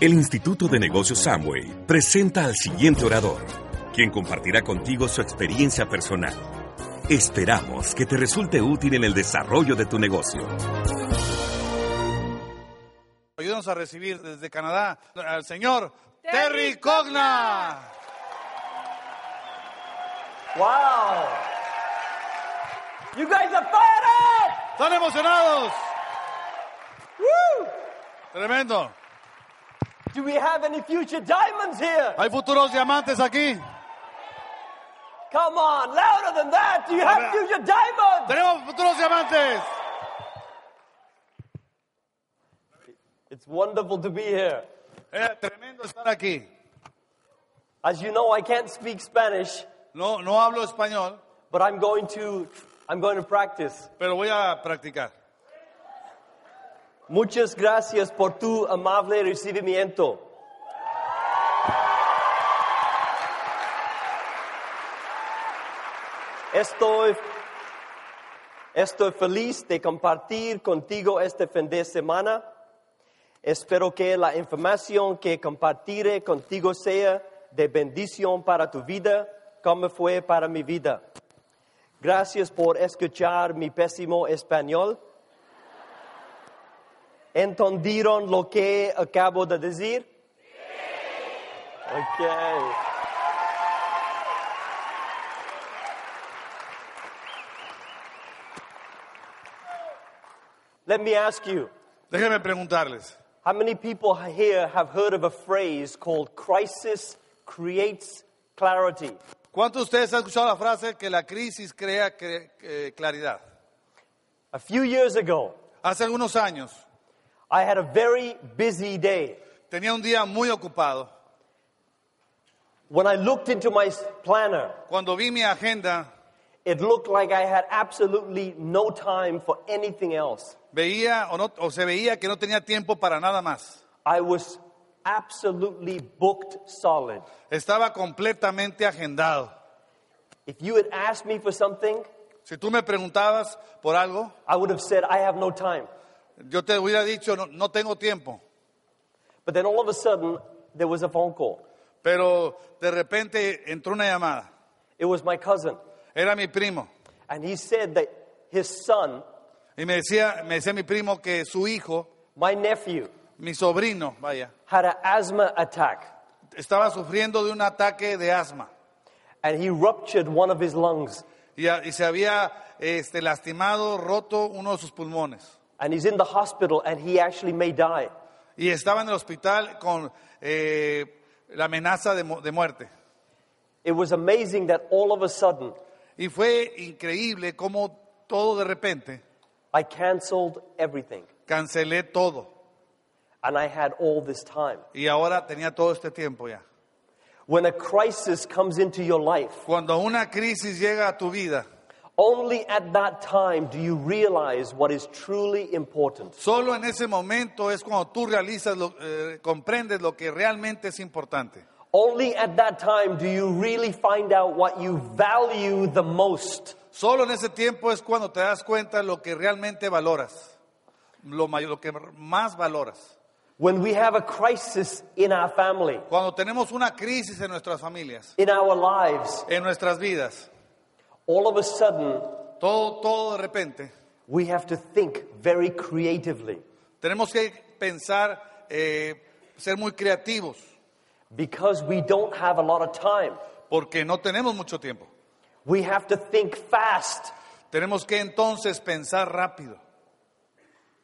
El Instituto de Negocios Samway presenta al siguiente orador, quien compartirá contigo su experiencia personal. Esperamos que te resulte útil en el desarrollo de tu negocio. Ayúdanos a recibir desde Canadá al señor Terry Cogna. Wow! You guys are fired up! ¡Están emocionados! Woo! ¡Tremendo! Do we have any future diamonds here? Hay futuros diamantes aquí. Come on, louder than that! Do you have future diamonds? ¡Tenemos futuros diamantes! It's wonderful to be here. Eh, tremendo estar aquí. As you know, I can't speak Spanish, No, no hablo español, but I'm going to I'm going to practice. pero voy a practicar. Muchas gracias por tu amable recibimiento. Estoy, estoy feliz de compartir contigo este fin de semana. Espero que la información que compartiré contigo sea de bendición para tu vida, como fue para mi vida. Gracias por escuchar mi pésimo español entendieron lo que acabo de decir? Ok. Let me ask you, Déjenme preguntarles, how many people here have heard of a phrase called crisis creates clarity? ¿cuántos de ustedes han escuchado la frase que la crisis crea cre- eh, claridad? A few years ago, Hace algunos años I had a very busy day. tenía un día muy ocupado. When I looked into my s- planner, Cuando vi mi agenda, it looked like I had absolutely no time for anything else. veía o, no, o se veía que no tenía tiempo para nada más. I was absolutely booked solid. Estaba completamente agendado. If you had asked me for something, Si tú me preguntabas por algo, I would have said, I have no time. yo te hubiera dicho, no, no tengo tiempo. But then all of a sudden, there was a phone call. Pero de repente entró una llamada. It was my cousin, Era mi primo. and he said that his son, Y me decía, me decía mi primo que su hijo, my nephew, mi sobrino, vaya, had an asthma attack estaba sufriendo de un ataque de asma. and he ruptured one of his lungs Y, a- y se había este, lastimado, roto uno de sus pulmones. and he's in the hospital and he actually may die. Y estaba en el hospital con eh, la amenaza de mu- de muerte. It was amazing that all of a sudden Y fue increíble cómo todo de repente I canceled everything cancelé todo. and I had all this time. Y ahora tenía todo este tiempo ya. When a crisis comes into your life, Cuando una crisis llega a tu vida, Only at that time do you realize what is truly important. solo en ese momento es cuando tú realizas, lo- eh, comprendes lo que realmente es importante. Only at that time do you really find out what you value the most. Solo en ese tiempo es cuando te das cuenta lo que realmente valoras, lo, may- lo que más valoras. When we have a crisis in our family, Cuando tenemos una crisis en nuestras familias, in our lives, en nuestras vidas, all of a sudden todo, todo de repente, we have to think very creatively tenemos que pensar, eh, ser muy creativos, because we don't have a lot of time. porque no tenemos mucho tiempo. We have to think fast Tenemos que entonces pensar rápido,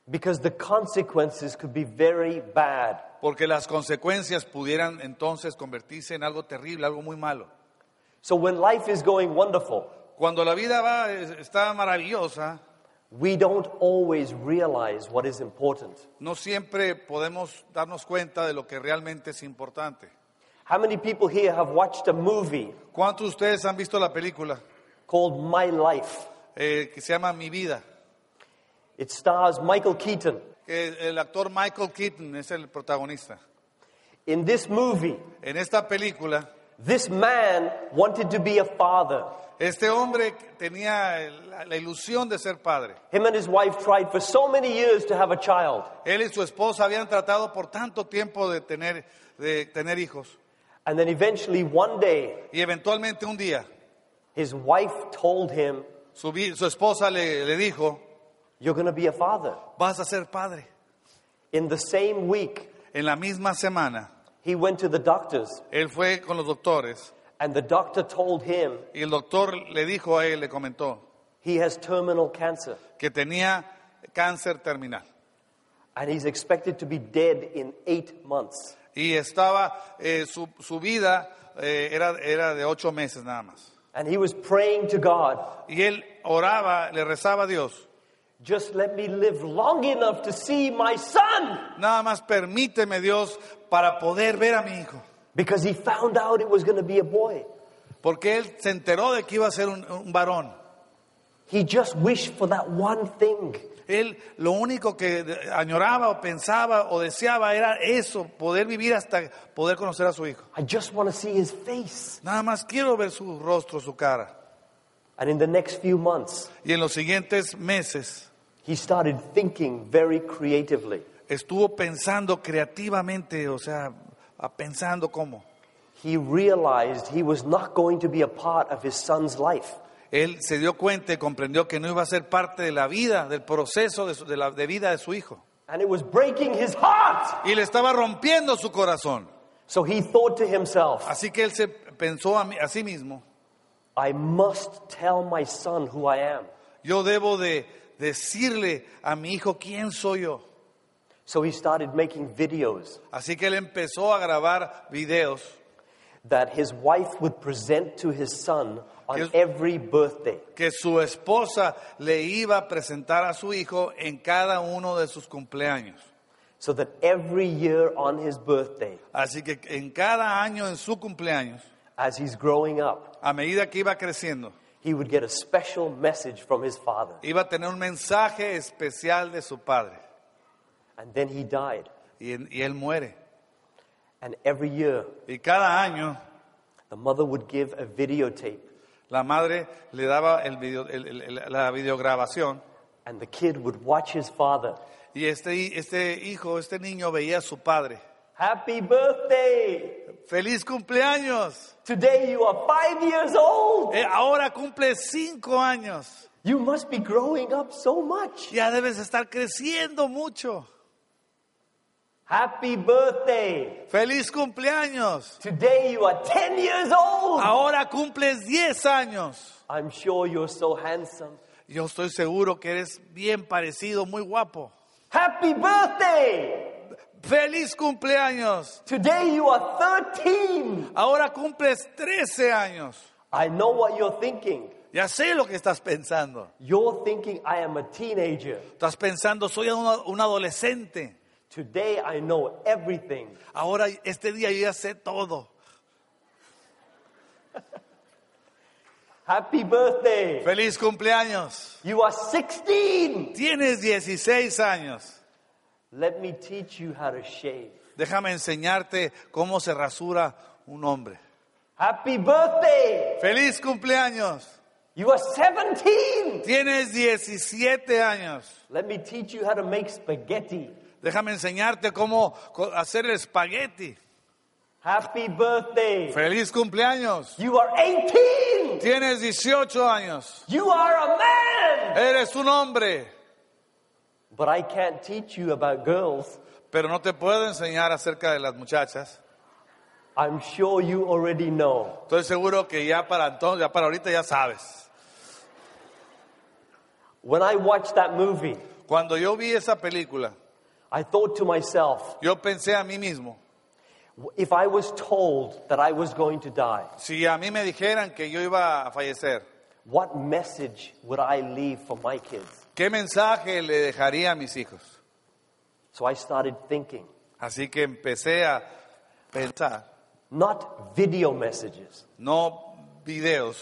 because the consequences could be very bad. porque las consecuencias pudieran entonces convertirse en algo terrible, algo muy malo. So when life is going wonderful, Cuando la vida va, es- está maravillosa, we don't always realize what is important. no siempre podemos darnos cuenta de lo que realmente es importante. How many people here have watched a movie ¿Cuántos de ustedes han visto la película called My Life? eh, que se llama Mi Vida? It stars Michael Keaton. Que el actor Michael Keaton es el protagonista. In this movie, En esta película, This man wanted to be a father. Este hombre tenía la, la ilusión de ser padre. Him and his wife tried for so many years to have a child. Él y su esposa habían tratado por tanto tiempo de tener, de tener hijos. And then eventually, one day, Y eventualmente un día, his wife told him, su, vi- su esposa le, le dijo, You're going to be a father. vas a ser padre. In the same week, En la misma semana, he went to the doctors, él fue con los doctores and the doctor told him y el doctor le dijo a él, le comentó, he has terminal cancer que tenía cáncer terminal and he's expected to be dead in eight months. y estaba, eh, su, su vida eh, era, era de ocho meses nada más. And he was praying to God, Y él oraba, le rezaba a Dios, Just let me live long enough to see my son. nada más permíteme Dios para poder ver a mi hijo. Because he found out it was going to be a boy. Porque él se enteró de que iba a ser un, un varón. He just wished for that one thing. Él lo único que de- añoraba o pensaba o deseaba era eso, poder vivir hasta poder conocer a su hijo. I just want to see his face. Nada más quiero ver su rostro, su cara. And in the next few months, Y en los siguientes meses he started thinking very creatively. estuvo pensando creativamente, o sea, a- pensando cómo. He realized he was not going to be a part of his son's life. Él se dio cuenta y comprendió que no iba a ser parte de la vida, del proceso de, su- de la, de vida de su hijo. And it was breaking his heart. Y le estaba rompiendo su corazón. So he thought to himself, Así que él se pensó a, mí- a sí mismo, I must tell my son who I am. yo debo de decirle a mi hijo quién soy yo. So he started making videos Así que él empezó a grabar videos that his wife would present to his son on Yes. every birthday. que su esposa le iba a presentar a su hijo en cada uno de sus cumpleaños. So that every year on his birthday, Así que en cada año en su cumpleaños, as he's growing up, a medida que iba creciendo, he would get a special message from his father. iba a tener un mensaje especial de su padre. And then he died. Y, en- y él muere. And every year, Y cada año the mother would give a videotape, la madre le daba el video- el- el- el- la videograbación and the kid would watch his father. y este, este hijo, este niño veía a su padre. Happy birthday! ¡Feliz cumpleaños! Today you are five years old! Eh, ahora cumple cinco años. You must be growing up so much! Ya debes estar creciendo mucho. Happy birthday! Feliz cumpleaños. Today you are ten years old! Ahora cumples 10 años. I'm sure you're so handsome. Yo estoy seguro que eres bien parecido, muy guapo. Happy birthday! Feliz cumpleaños. Today you are 13. Ahora cumples 13 años. I know what you're thinking. Ya sé lo que estás pensando. You're thinking I am a teenager. Estás pensando, soy un, un adolescente. Today I know everything. Ahora, este día yo ya sé todo. Happy birthday! Feliz cumpleaños. You are 16. Tienes 16 años. Let me teach you how to shave. Déjame enseñarte cómo se rasura un hombre. Happy birthday! Feliz cumpleaños. You are 17. Tienes 17 años. Let me teach you how to make spaghetti. Déjame enseñarte cómo co- hacer el espagueti. Happy birthday! Feliz cumpleaños. You are 18. Tienes 18 años. You are a man. Eres un hombre, But I can't teach you about girls. pero no te puedo enseñar acerca de las muchachas. I'm sure you already know. Estoy seguro que ya para entonces, ya para ahorita ya sabes. When I watched that movie, Cuando yo vi esa película, I thought to myself, yo pensé a mí mismo, if I was told that I was going to die, si a mí me dijeran que yo iba a fallecer, what message would I leave for my kids? ¿qué mensaje le dejaría a mis hijos? So I started thinking, Así que empecé a pensar not video messages, no videos,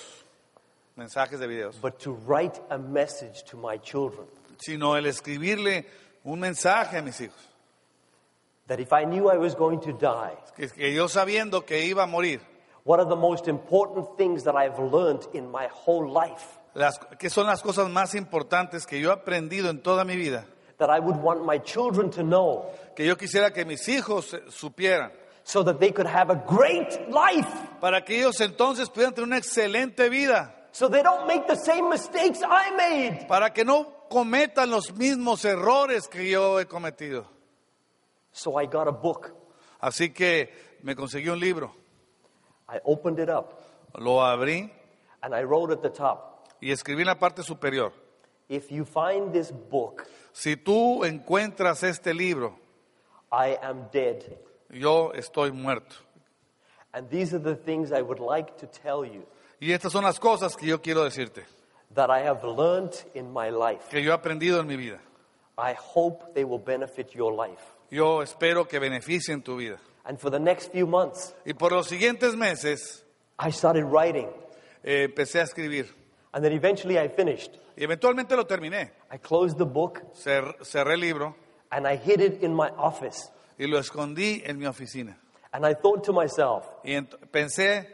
mensajes de videos, but to write a message to my children. sino el escribirle un mensaje a mis hijos. That if I knew I was going to die, Que, que yo sabiendo que iba a morir, What are the most important things that I've learned in my whole life Las, ¿Qué son las cosas más importantes que yo he aprendido en toda mi vida? that I would want my children to know Que yo quisiera que mis hijos eh, supieran. so that they could have a great life? Para que ellos entonces pudieran tener una excelente vida. So they don't make the same mistakes I made. Para que no cometan los mismos errores que yo he cometido. So I got a book. Así que me conseguí un libro. I opened it up Lo abrí and I wrote at the top y escribí en la parte superior. If you find this book, Si tú encuentras este libro, I am dead. yo estoy muerto. And these are the things I would like to tell you Y estas son las cosas que yo quiero decirte, that I have learned in my life. que yo he aprendido en mi vida. I hope they will benefit your life. Yo espero que beneficien tu vida. And for the next few months, Y por los siguientes meses I started writing. eh, empecé a escribir. And then eventually I finished. Y eventualmente lo terminé. I closed the book Cer- cerré el libro and I hid it in my office. y lo escondí en mi oficina. And I thought to myself Y ent- pensé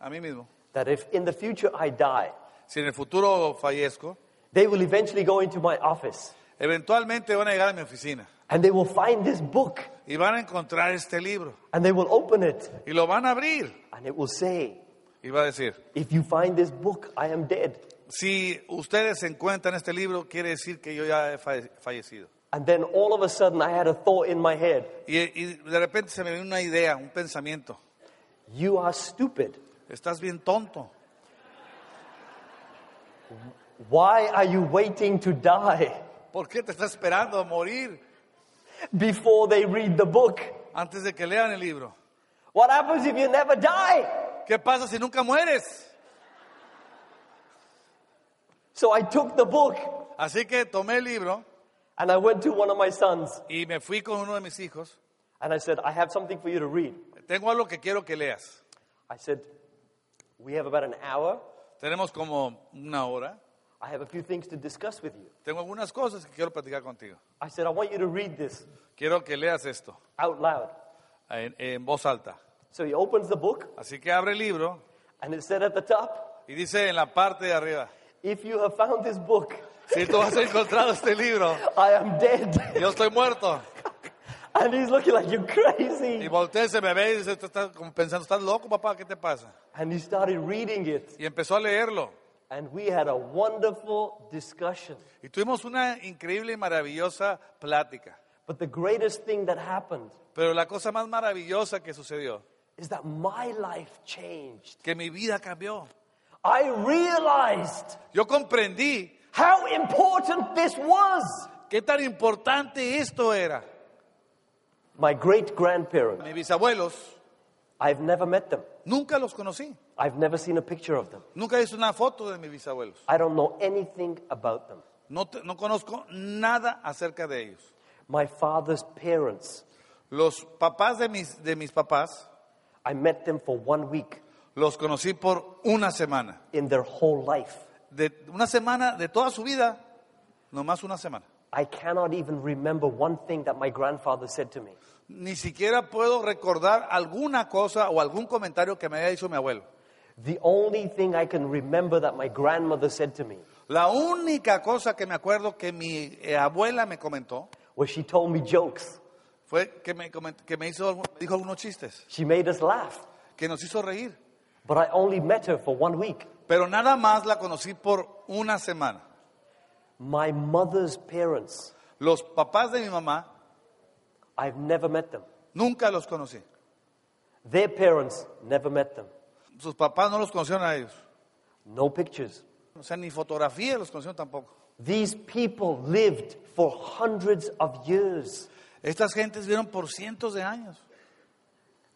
a mí mismo, that if in the future I die, si en el futuro fallezco, they will eventually go into my office eventualmente van a llegar a mi oficina and they will find this book y van a encontrar este libro and they will open it y lo van a abrir and it will say, y va a decir, If you find this book, I am dead. si ustedes encuentran este libro, quiere decir que yo ya he falle- fallecido. And then all of a sudden I had a thought in my head Y, y de repente se me vino una idea, un pensamiento. You are stupid. Estás bien tonto. Why are you waiting to die ¿Por qué te estás esperando a morir before they read the book? antes de que lean el libro? What happens if you never die? ¿Qué pasa si nunca mueres? So I took the book Así que tomé el libro and I went to one of my sons y me fui con uno de mis hijos. and I said, I have something for you to read. Tengo algo que quiero que leas. I said, We have about an hour. Tenemos como una hora. I have a few things to discuss with you. Tengo algunas cosas que quiero platicar contigo. I said, I want you to read this Quiero que leas esto out loud. en, en voz alta. So he opens the book Así que abre el libro and it said at the top, y dice en la parte de arriba, If you have found this book, si tú has encontrado este libro, I am dead. yo estoy muerto. and he's looking like, You're Y crazy. voltea y se me ve y dice, tú estás como pensando, estás loco, papá, ¿qué te pasa? And he started reading it. Y empezó a leerlo. And we had a wonderful discussion. Y tuvimos una increíble y maravillosa plática. But the greatest thing that happened Pero la cosa más maravillosa que sucedió, is that my life changed. que mi vida cambió. I realized Yo comprendí how important this was. qué tan importante esto era. My great grandparents, Mis bisabuelos, I've never met them. nunca los conocí. I've never seen a picture of them. Nunca hice una foto de mis bisabuelos. I don't know anything about them. No, te- no conozco nada acerca de ellos. My father's parents, Los papás de mis, de mis papás I met them for one week los conocí por una semana. in their whole life. De, una semana de toda su vida, nomás una semana. I cannot even remember one thing that my grandfather said to me. Ni siquiera puedo recordar alguna cosa o algún comentario que me haya hecho mi abuelo. The only thing I can remember that my grandmother said to me La única cosa que me acuerdo que mi eh, abuela me comentó was she told me jokes. fue que me, coment- que me hizo, algu- me dijo algunos chistes, She made us laugh. que nos hizo reír. But I only met her for one week. Pero nada más la conocí por una semana. My mother's parents, Los papás de mi mamá I've never met them. nunca los conocí. Their parents never met them. Sus papás no los conocieron a ellos. No pictures. O sea, ni fotografía los conocieron tampoco. These people lived for hundreds of years Estas gentes vieron por cientos de años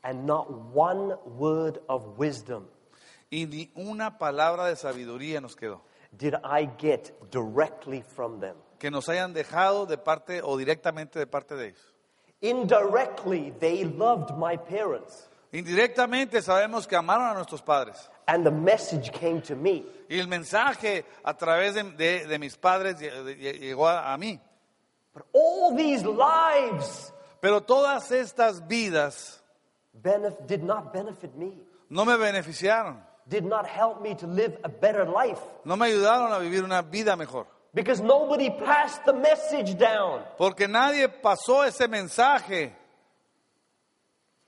and not one word of wisdom y ni una palabra de sabiduría nos quedó. did I get directly from them. que nos hayan dejado de parte o directamente de parte de ellos. Indirectly, they loved my parents, Indirectamente sabemos que amaron a nuestros padres and the message came to me y el mensaje a través de, de- de mis padres lle- de- lle- llegó a, a mí. all these lives Pero todas estas vidas benef- did not benefit me. No me beneficiaron. did not help me to live a better life No me ayudaron a vivir una vida mejor. because nobody passed the message down. Porque nadie pasó ese mensaje.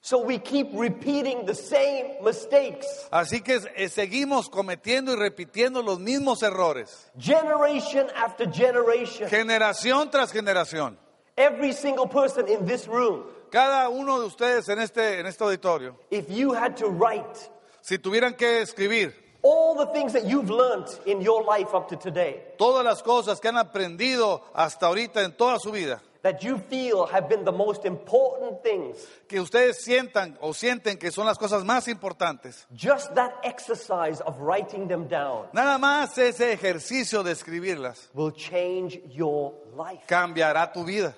So we keep repeating the same mistakes, Así que eh, seguimos cometiendo y repitiendo los mismos errores. generation after generation. Generación tras generación. Every single person in this room, Cada uno de ustedes en este, en este auditorio, if you had to write si tuvieran que escribir all the things that you've learned in your life up to today todas las cosas que han aprendido hasta ahorita en toda su vida, that you feel have been the most important things, que ustedes sientan o sienten que son las cosas más importantes, just that exercise of writing them down nada más ese ejercicio de escribirlas will change your life. cambiará tu vida.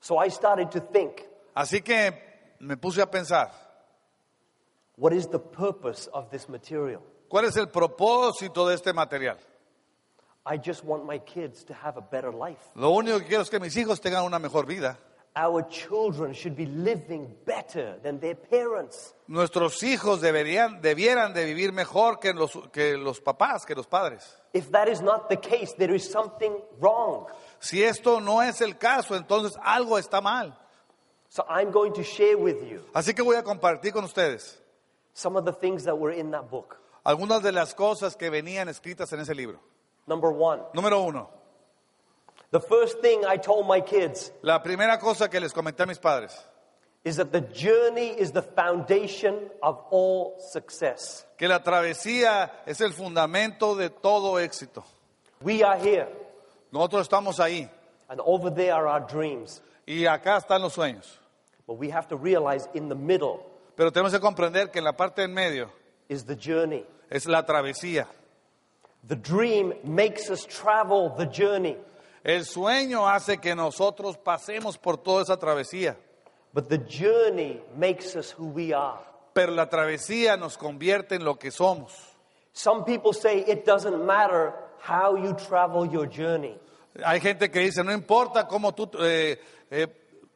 So I started to think Así que me puse a pensar, what is the purpose of this material? ¿cuál es el propósito de este material? I just want my kids to have a better life. Lo único que quiero es que mis hijos tengan una mejor vida. Our children should be living better than their parents. Nuestros hijos deberían, debieran de vivir mejor que los, que los papás, que los padres. If that is not the case, there is something wrong. Si esto no es el caso, entonces algo está mal. So I'm going to share with you Así que voy a compartir con ustedes some of the things that were in that book. algunas de las cosas que venían escritas en ese libro. Number one, Número uno, the first thing I told my kids la primera cosa que les comenté a mis padres, is that the journey is the foundation of all success. que la travesía es el fundamento de todo éxito. We are here, Nosotros estamos ahí and over there are our dreams. y acá están los sueños. But we have to realize in the middle Pero tenemos que comprender que en la parte en medio is the journey. es la travesía. The dream makes us travel the journey, El sueño hace que nosotros pasemos por toda esa travesía, but the journey makes us who we are. pero la travesía nos convierte en lo que somos. Some people say it doesn't matter how you travel your journey. Hay gente que dice, no importa cómo tú eh, eh,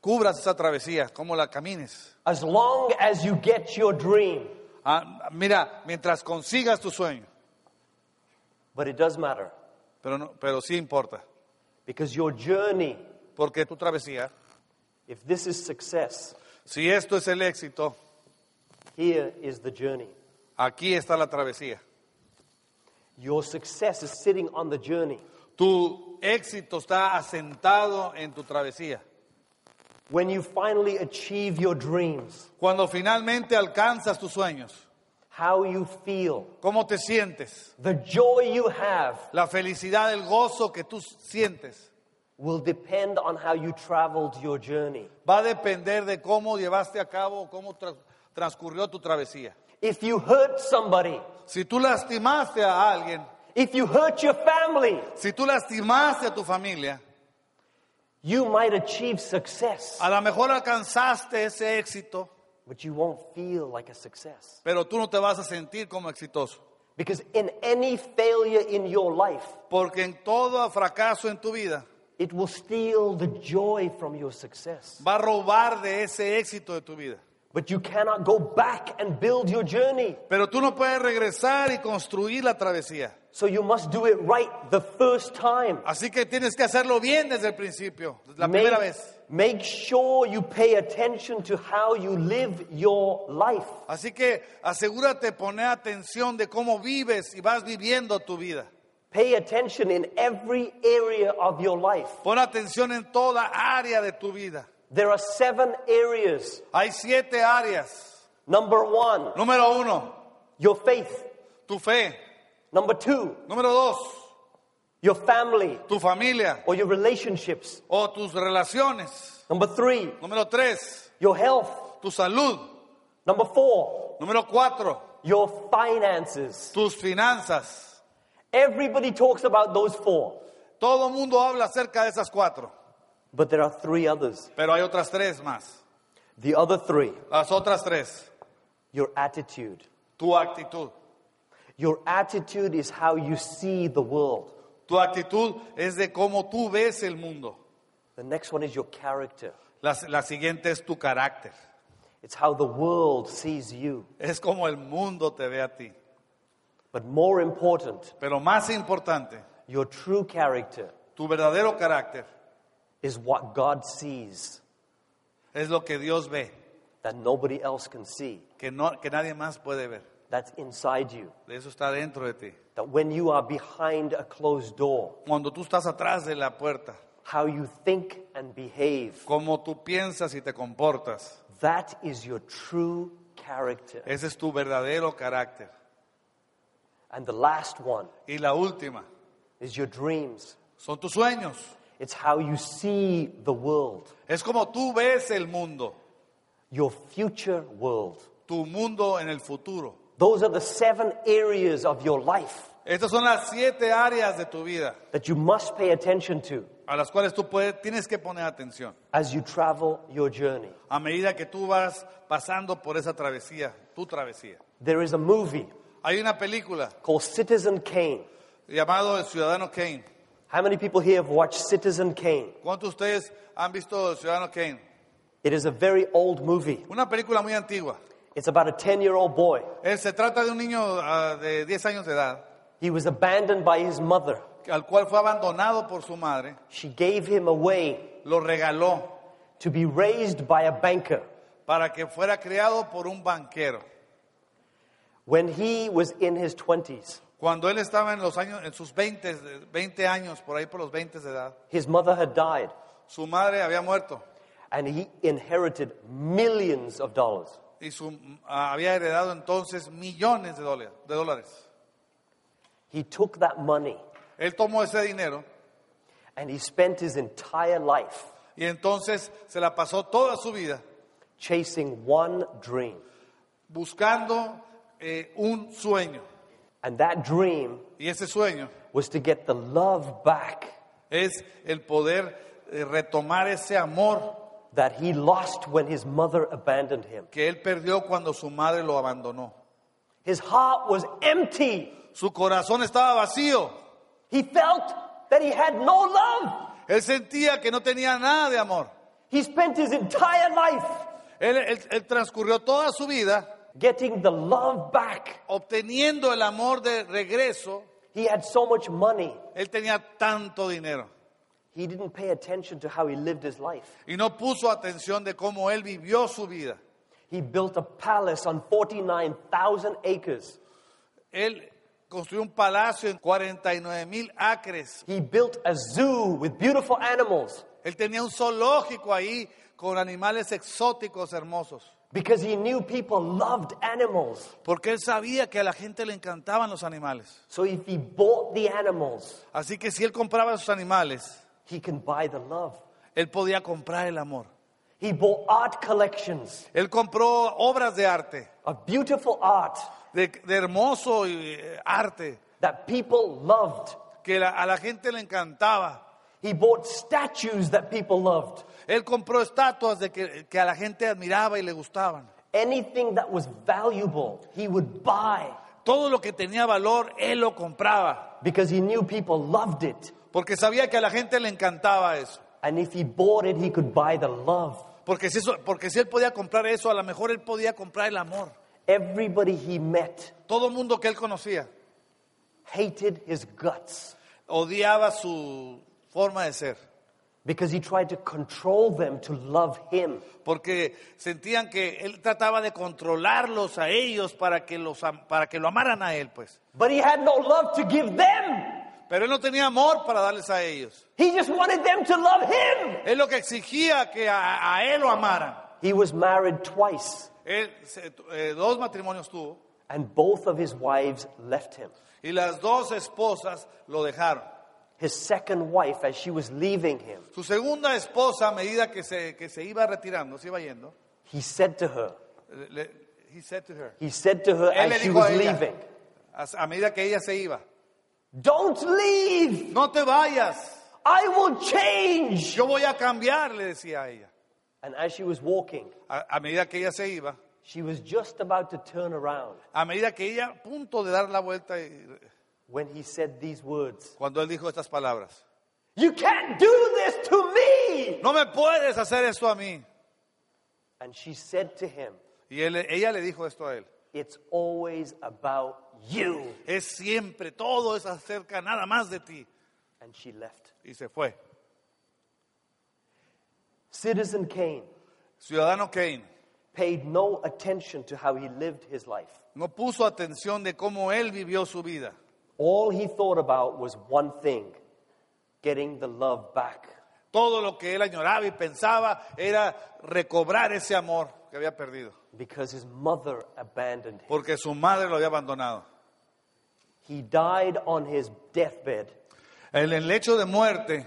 cubras esa travesía, cómo la camines. As long as you get your dream, Ah, mira, mientras consigas tu sueño, but it does matter pero, no, pero sí importa, because your journey, porque tu travesía, if this is success, si esto es el éxito, here is the journey. aquí está la travesía. Your success is sitting on the journey. Tu éxito está asentado en tu travesía. When you finally achieve your dreams, Cuando finalmente alcanzas tus sueños, how you feel, ¿cómo te sientes? the joy you have La felicidad, el gozo que tú sientes will depend on how you traveled your journey. va a depender de cómo llevaste a cabo, cómo tra- transcurrió tu travesía. If you hurt somebody, Si tú lastimaste a alguien, if you hurt your family, si tú lastimaste a tu familia, you might achieve success, a lo mejor alcanzaste ese éxito, but you won't feel like a success. pero tú no te vas a sentir como exitoso. Because in any failure in your life, Porque en todo fracaso en tu vida it will steal the joy from your success. va a robar de ese éxito de tu vida. But you cannot go back and build your journey. Pero tú no puedes regresar y construir la travesía. So you must do it right the first time. Así que tienes que hacerlo bien desde el principio, desde la make, primera vez. make sure you pay attention to how you live your life. Así que asegúrate de poner atención de cómo vives y vas viviendo tu vida. Pay attention in every area of your life. Pon atención en toda área de tu vida. There are seven areas. Hay siete áreas. Number one, Número uno, your faith. tu fe. Number two, Número dos, your family tu familia or your relationships. o tus relaciones. Number three, Número tres, your health. tu salud. Number four, Número cuatro, your finances. tus finanzas. Everybody talks about those four, Todo el mundo habla acerca de esas cuatro, but there are three others. pero hay otras tres más. The other three, Las otras tres, your attitude. tu actitud. Your attitude is how you see the world. Tu actitud es de cómo tú ves el mundo. The next one is your character. La, la siguiente es tu carácter. It's how the world sees you. Es como el mundo te ve a ti. But more important, Pero más importante, your true character tu verdadero carácter is what God sees es lo que Dios ve, that nobody else can see. que, no, que nadie más puede ver. That's inside you. De Eso está dentro de ti. That when you are behind a closed door, Cuando tú estás atrás de la puerta, how you think and behave, cómo tú piensas y te comportas, that is your true character. ese es tu verdadero carácter. And the last one Y la última, is your dreams. son tus sueños. It's how you see the world, Es como tú ves el mundo, your future world. tu mundo en el futuro. Those are the seven areas of your life Estas son las siete áreas de tu vida that you must pay attention to a las cuales tú puedes, tienes que poner atención as you travel your journey. a medida que tú vas pasando por esa travesía, tu travesía. There is a movie Hay una película called Citizen Kane. llamado El Ciudadano Kane. How many people here have watched Citizen Kane? ¿Cuántos de ustedes han visto El Ciudadano Kane? It is a very old movie. Una película muy antigua. It's about a 10 year old boy. Eh, se trata de un niño ah, de 10 años de edad, He was abandoned by his mother. al cual fue abandonado por su madre, She gave him away lo regaló to be raised by a banker. para que fuera criado por un banquero. When he was in his 20s, Cuando él estaba en los años, en sus 20, de- 20 años, por ahí por los 20 de edad, his mother had died su madre había muerto and he inherited millions of dollars. y su, ah, había heredado entonces millones de dólares, de dólares. He took that money Él tomó ese dinero and he spent his entire life y entonces se la pasó toda su vida chasing one dream. buscando eh, un sueño. And that dream Y ese sueño was to get the love back es el poder eh, retomar ese amor that he lost when his mother abandoned him. que él perdió cuando su madre lo abandonó. His heart was empty. Su corazón estaba vacío. He felt that he had no love. Él sentía que no tenía nada de amor. He spent his entire life Él, él- él transcurrió toda su vida getting the love back. obteniendo el amor de regreso. He had so much money. Él tenía tanto dinero He didn't pay attention to how he lived his life. y no puso atención de cómo él vivió su vida. He built a palace on 49,000 acres. Él construyó un palacio en 49 mil acres. He built a zoo with beautiful animals Él tenía un zoológico ahí con animales exóticos hermosos. because he knew people loved animals. Porque él sabía que a la gente le encantaban los animales. So if he bought the animals, Así que si él compraba esos animales, he can buy the love. él podía comprar el amor. He bought art collections Él compró obras de arte, of beautiful art de, de hermoso eh, arte, that people loved. que la- a la gente le encantaba. He bought statues that people loved. Él compró estatuas de que, que a la gente admiraba y le gustaban. Anything that was valuable, he would buy Todo lo que tenía valor, él lo compraba, because he knew people loved it. porque sabía que a la gente le encantaba eso. And if he bought it, he could buy the love. Porque si, eso- porque si él podía comprar eso, a lo mejor él podía comprar el amor. Everybody he met Todo el mundo que él conocía hated his guts odiaba su forma de ser, because he tried to control them to love him. porque sentían que él trataba de controlarlos a ellos para que, los, am- para que lo amaran a él, pues. But he had no love to give them. Pero él no tenía amor para darles a ellos. He just wanted them to love him. Él lo que exigía que a, a él lo amaran. He was married twice, Él se- eh, dos matrimonios tuvo and both of his wives left him. y las dos esposas lo dejaron. His second wife, as she was leaving him, Su segunda esposa, a medida que se, que se iba retirando, se iba yendo, he said to her, eh, le- he said to her, he said to her él le as she dijo was a ella, leaving, a- a medida que ella se iba, Don't leave! no te vayas. I will change! Yo voy a cambiar, le decía a ella. And as she was walking, A, a medida que ella se iba, she was just about to turn around a medida que ella a punto de dar la vuelta, y- when he said these words cuando él dijo estas palabras, You can't do this to me! no me puedes hacer esto a mí. And she said to him, Y él- ella le dijo esto a él. It's always about you. Es siempre, todo es acerca nada más de ti. And she left. Y se fue. Citizen Cain Ciudadano Kane paid no attention to how he lived his life. no puso atención de cómo él vivió su vida. All he thought about was one thing getting the love back. Todo lo que él añoraba y pensaba era recobrar ese amor que había perdido. Because his mother abandoned him. Porque su madre lo había abandonado. He died on his deathbed, En el lecho de muerte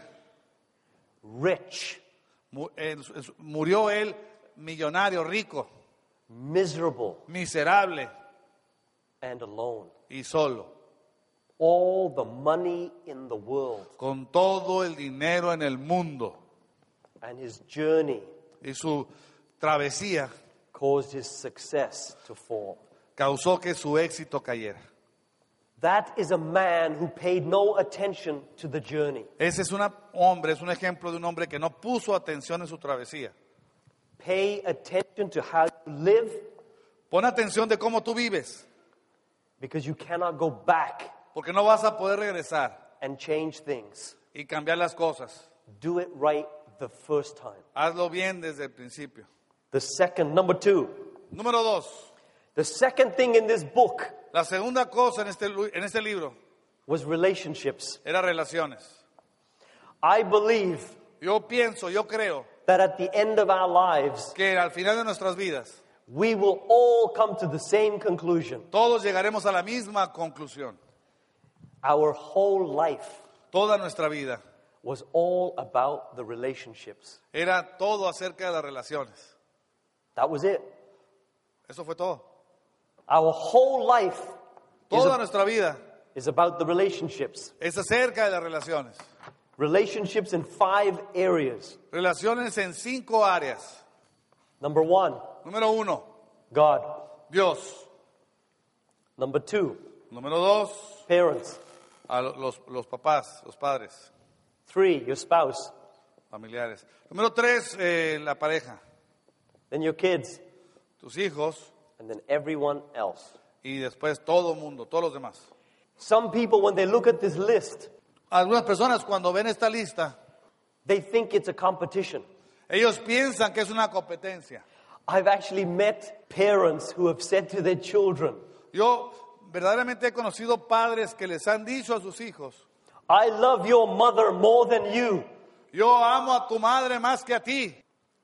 rich, mu- él- él- murió él millonario, rico, miserable, miserable and alone. y solo. All the money in the world. Con todo el dinero en el mundo. And his journey Y su travesía caused his success to fall. causó que su éxito cayera. That is a man who paid no attention to the journey. Ese es un hombre, es un ejemplo de un hombre que no puso atención en su travesía. Pay attention to how you live Pon atención de cómo tú vives, because you cannot go back porque no vas a poder regresar and change things. y cambiar las cosas. Do it right the first time. Hazlo bien desde el principio. The second, number two, Número dos, the second thing in this book la segunda cosa en este, lu- en este libro was relationships. era relaciones. I believe Yo pienso, yo creo that at the end of our lives, que al final de nuestras vidas we will all come to the same conclusion. todos llegaremos a la misma conclusión. Our whole life Toda nuestra vida was all about the relationships. era todo acerca de las relaciones. That was it. Eso fue todo. Our whole life is, Toda nuestra vida is about the relationships. es acerca de las relaciones. Relationships in five areas. Relaciones en cinco áreas. Number one, Número uno, God. Dios. Number two, Número dos, parents. a lo- los, los papás, los padres, Three, your spouse. familiares. Número tres, eh, la pareja, Then your kids. tus hijos And then everyone else. y después todo el mundo, todos los demás. Some people, when they look at this list, Algunas personas cuando ven esta lista, they think it's a competition. ellos piensan que es una competencia. I've actually met parents who have said to their children, Yo verdaderamente he conocido padres que les han dicho a sus hijos, I love your mother more than you. yo amo a tu madre más que a ti,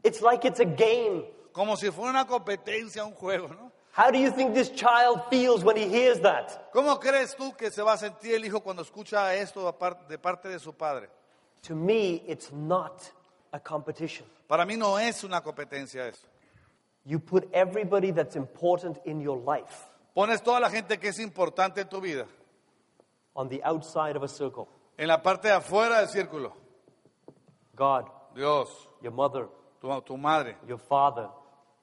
It's like it's a game. como si fuera una competencia, un juego, ¿no? How do you think this child feels when he hears that? ¿Cómo crees tú que se va a sentir el hijo cuando escucha esto apar- de parte de su padre? To me, it's not a competition. Para mí no es una competencia eso. You put everybody that's important in your life Pones toda la gente que es importante en tu vida on the outside of a circle en la parte de afuera del círculo. God, Dios, your mother, tu, tu madre, your father,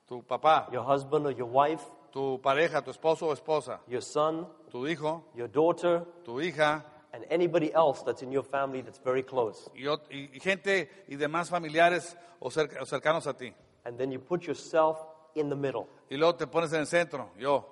tu papá, your husband or your wife, tu pareja, tu esposo o esposa, your son, tu hijo, your daughter, tu hija and anybody else that's in your family that's very close. y, ot- y- y gente y demás familiares o, cerca- o cercanos a ti. And then you put yourself in the middle. Y luego te pones en el centro, yo.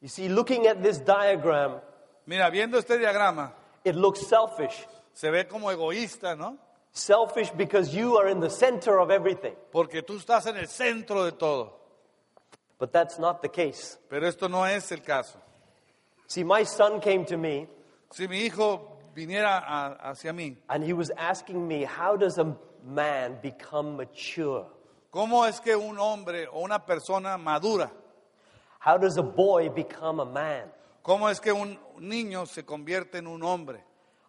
You see, looking at this diagram, Mira, viendo este diagrama, it looks selfish. se ve como egoísta, ¿no? Selfish because you are in the center of everything. Porque tú estás en el centro de todo. But that's not the case. Pero esto no es el caso. See, my son came to me Si mi hijo viniera a- hacia mí, and he was asking me, How does a man become mature? ¿Cómo es que un hombre o una persona madura? How does a boy become a man? ¿Cómo es que un niño se convierte en un hombre?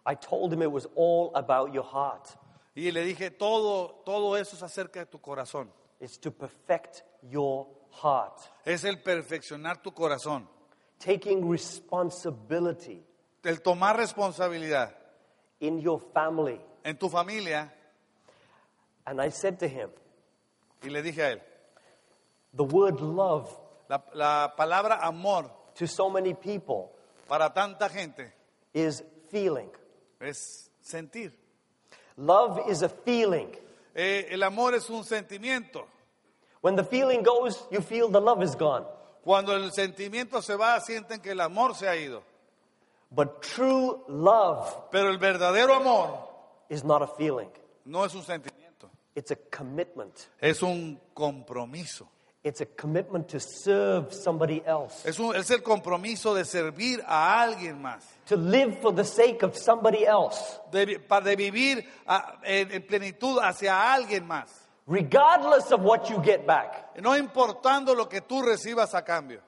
I told him it was all about your heart. Y le dije, todo, todo eso es acerca de tu corazón. It's to perfect your heart, Es el perfeccionar tu corazón, taking responsibility el tomar responsabilidad in your family. en tu familia. And I said to him, Y le dije a él, The word love la, la palabra amor to so many people para tanta gente is feeling. es sentir. Love is a feeling. Eh, el amor es un sentimiento. When the feeling goes, you feel the love is gone. Cuando el sentimiento se va, sienten que el amor se ha ido. But true love Pero el verdadero amor is not a feeling, no es un sentimiento, it's a commitment. es un compromiso. It's a commitment to serve somebody else, Es, un- es el compromiso de servir a alguien más, to live for the sake of somebody else, de, vi- pa- de vivir a- en, en plenitud hacia alguien más, regardless of what you get back. no importando lo que tú recibas a cambio.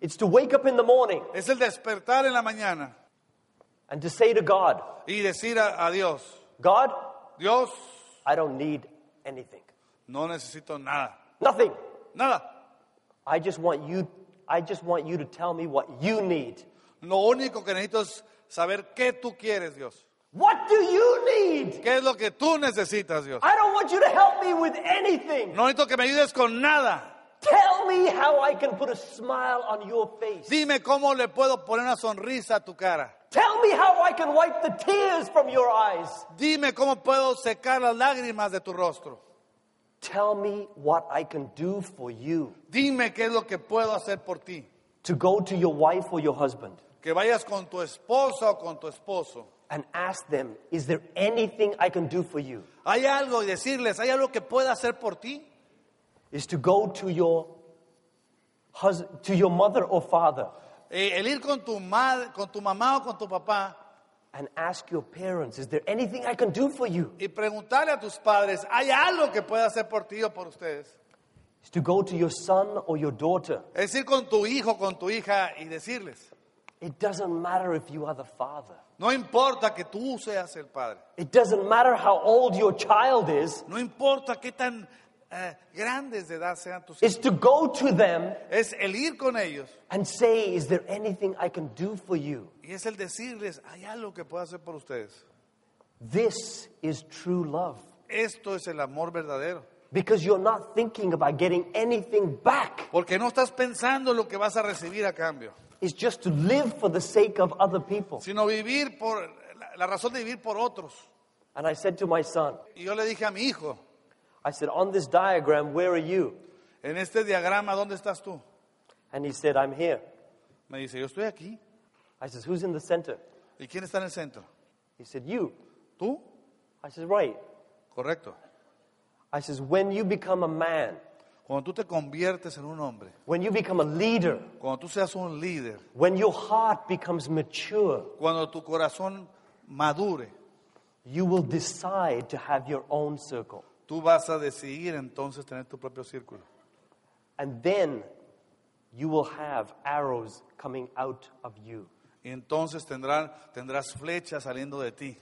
It's to wake up in the morning Es el despertar en la mañana and to say to God, y decir a, a Dios, God, Dios, I don't need anything. no necesito nada, Nothing. nada. I just want you I just want you to tell me what you need. Lo único que necesito es saber qué tú quieres, Dios. What do you need? ¿Qué es lo que tú necesitas, Dios? I don't want you to help me with anything. No necesito que me ayudes con nada. Tell me how I can put a smile on your face. Dime cómo le puedo poner una sonrisa a tu cara. Tell me how I can wipe the tears from your eyes. Dime cómo puedo secar las lágrimas de tu rostro. Tell me what I can do for you. Dime qué es lo que puedo hacer por ti. To go to your wife or your husband Que vayas con tu esposa o con tu esposo. and ask them, is there anything I can do for you? Hay algo y decirles, hay algo que pueda hacer por ti. Is to go to your hus- to your mother or father Eh, el ir con tu madre, con tu mamá o con tu papá and ask your parents, is there anything I can do for you? y preguntarle a tus padres, hay algo que pueda hacer por ti o por ustedes. Is to go to your son or your daughter. Es ir con tu hijo, con tu hija y decirles, It doesn't matter if you are the father. no importa que tú seas el padre. It doesn't matter how old your child is. No importa qué tan eh, grandes de edad sean tus hijos. It's to go to them Es el ir con ellos and say, is there anything I can do for you? y es el decirles, hay algo que puedo hacer por ustedes. This is true love. Esto es el amor verdadero. Because you're not thinking about getting anything back. Porque no estás pensando lo que vas a recibir a cambio, It's just to live for the sake of other people. sino vivir por la, la razón de vivir por otros. And I said to my son, Y yo le dije a mi hijo, I said, on this diagram, where are you? en este diagrama, ¿dónde estás tú? And he said, I'm here. Me dice, yo estoy aquí. I says, who's in the center? ¿Y quién está en el centro? He said, you. ¿Tú? I says, right. Correcto. I says, when you become a man, Cuando tú te conviertes en un hombre, when you become a leader, cuando tú seas un líder, when your heart becomes mature, cuando tu corazón madure, you will decide to have your own circle. tú vas a decidir entonces tener tu propio círculo. And then you will have arrows coming out of you. Y entonces tendrán, tendrás flechas saliendo de ti,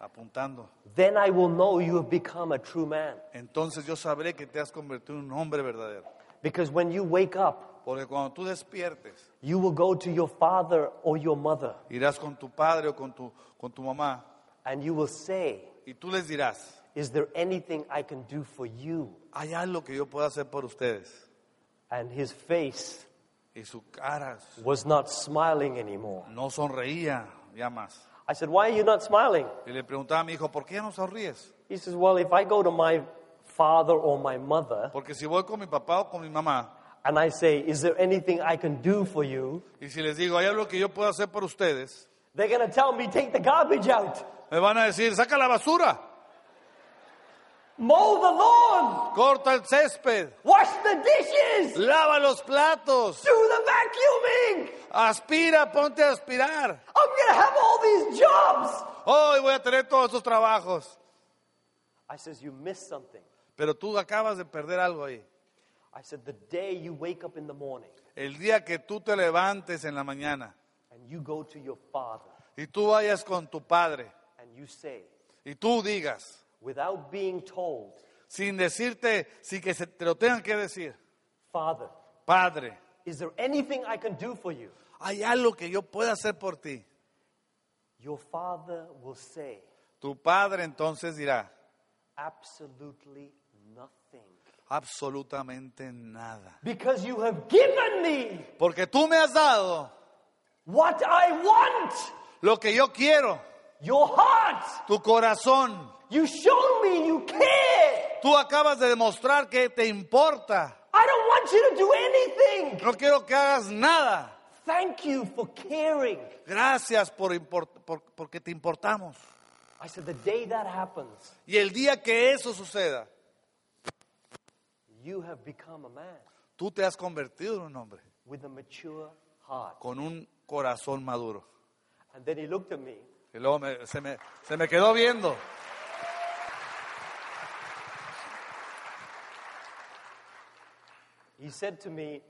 apuntando. Then I will know you have become a true man. Entonces yo sabré que te has convertido en un hombre verdadero. Because when you wake up, Porque cuando tú despiertes, you will go to your father or your mother irás con tu padre o con tu, con tu mamá and you will say, y tú les dirás, Is there anything I can do for you? hay algo que yo pueda hacer por ustedes. And his face Y su cara was not smiling anymore. no sonreía ya más. I said, Why are you not smiling? Y le preguntaba a mi hijo, ¿por qué ya no sonríes? He says, Well, if I go to my father or my mother Porque si voy con mi papá o con mi mamá and I say, Is there anything I can do for you? y si les digo, hay algo que yo puedo hacer por ustedes, They're going to tell me, Take the garbage out, me van a decir, saca la basura, mow the lawn, corta el césped, wash the dishes, Lava los platos. do the vacuuming. Aspira, ponte a aspirar. I'm going to have all these jobs. Hoy voy a tener todos esos trabajos. I says, You missed something. Pero tú acabas de perder algo ahí. I said, The day you wake up in the morning El día que tú te levantes en la mañana and you go to your father y tú vayas con tu padre and you say, y tú digas, without being told, sin decirte, sin que se te lo tengan que decir, Father, Padre, is there anything I can do for you? hay algo que yo pueda hacer por ti. Your father will say, Tu padre entonces dirá, Absolutely nothing. absolutamente nada. Because you have given me Porque tú me has dado what I want lo que yo quiero, your heart. tu corazón. You shown me you care. Tú acabas de demostrar que te importa. I don't want you to do anything. No quiero que hagas nada. Thank you for caring. Gracias por, import- por- porque te importamos. I said, the day that happens, Y el día que eso suceda, you have become a man tú te has convertido en un hombre with a mature heart. con un corazón maduro. And then he looked at me Y luego me- se, me, se me quedó viendo. He said to me,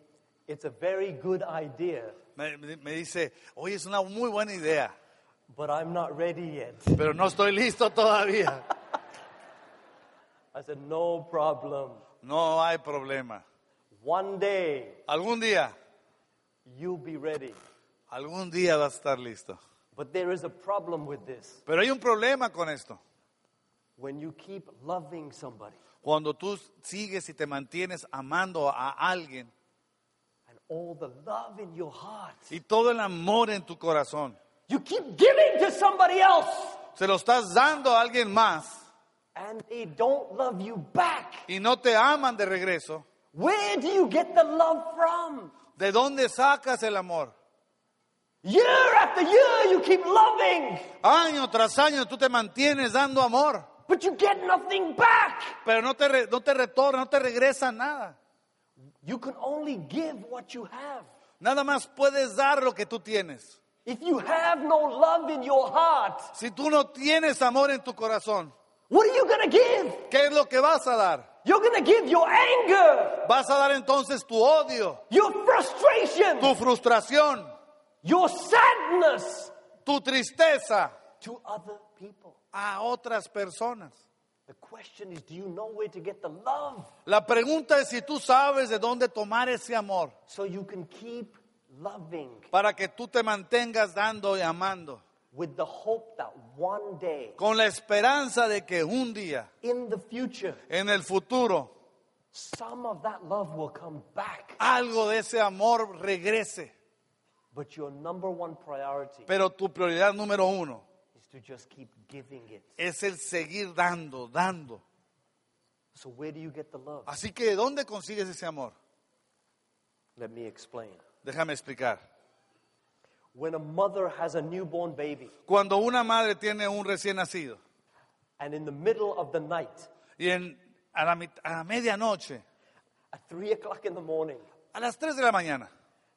It's a very good idea, Me, me- me dice, oye, es una muy buena idea, but I'm not ready yet. pero no estoy listo todavía. I said, No problem. No hay problema. One day Algún día, you'll be ready. algún día vas a estar listo. But there is a problem with this. Pero hay un problema con esto. When you keep loving somebody Cuando tú sigues y te mantienes amando a alguien and all the love in your heart, y todo el amor en tu corazón, you keep giving to somebody else se lo estás dando a alguien más and they don't love you back. y no te aman de regreso, Where do you get the love from? ¿de dónde sacas el amor? Year after year, you keep loving, Año tras año tú te mantienes dando amor, but you get nothing back. pero no te, re- no te retorna, no te regresa nada. You can only give what you have. Nada más puedes dar lo que tú tienes. If you have no love in your heart, Si tú no tienes amor en tu corazón, what are you going to give? ¿qué es lo que vas a dar? You're going to give your anger, Vas a dar entonces tu odio, your frustration, tu frustración, your sadness tu tristeza to other people. a otras personas. The question is do you know where to get the love La pregunta es si tú sabes de dónde tomar ese amor so you can keep loving para que tú te mantengas dando y amando, with the hope that one day con la esperanza de que un día, in the future, en el futuro, some of that love will come back? algo de ese amor regrese. But your number one priority Pero tu prioridad número uno is to just keep giving it. es el seguir dando, dando. So, where do you get the love? Así que, ¿de dónde consigues ese amor? Let me explain. Déjame explicar. When a mother has a newborn baby Cuando una madre tiene un recién nacido and in the middle of the night, y en, a, la, mit- a la medianoche, at three o'clock in the morning, a las 3 de la mañana,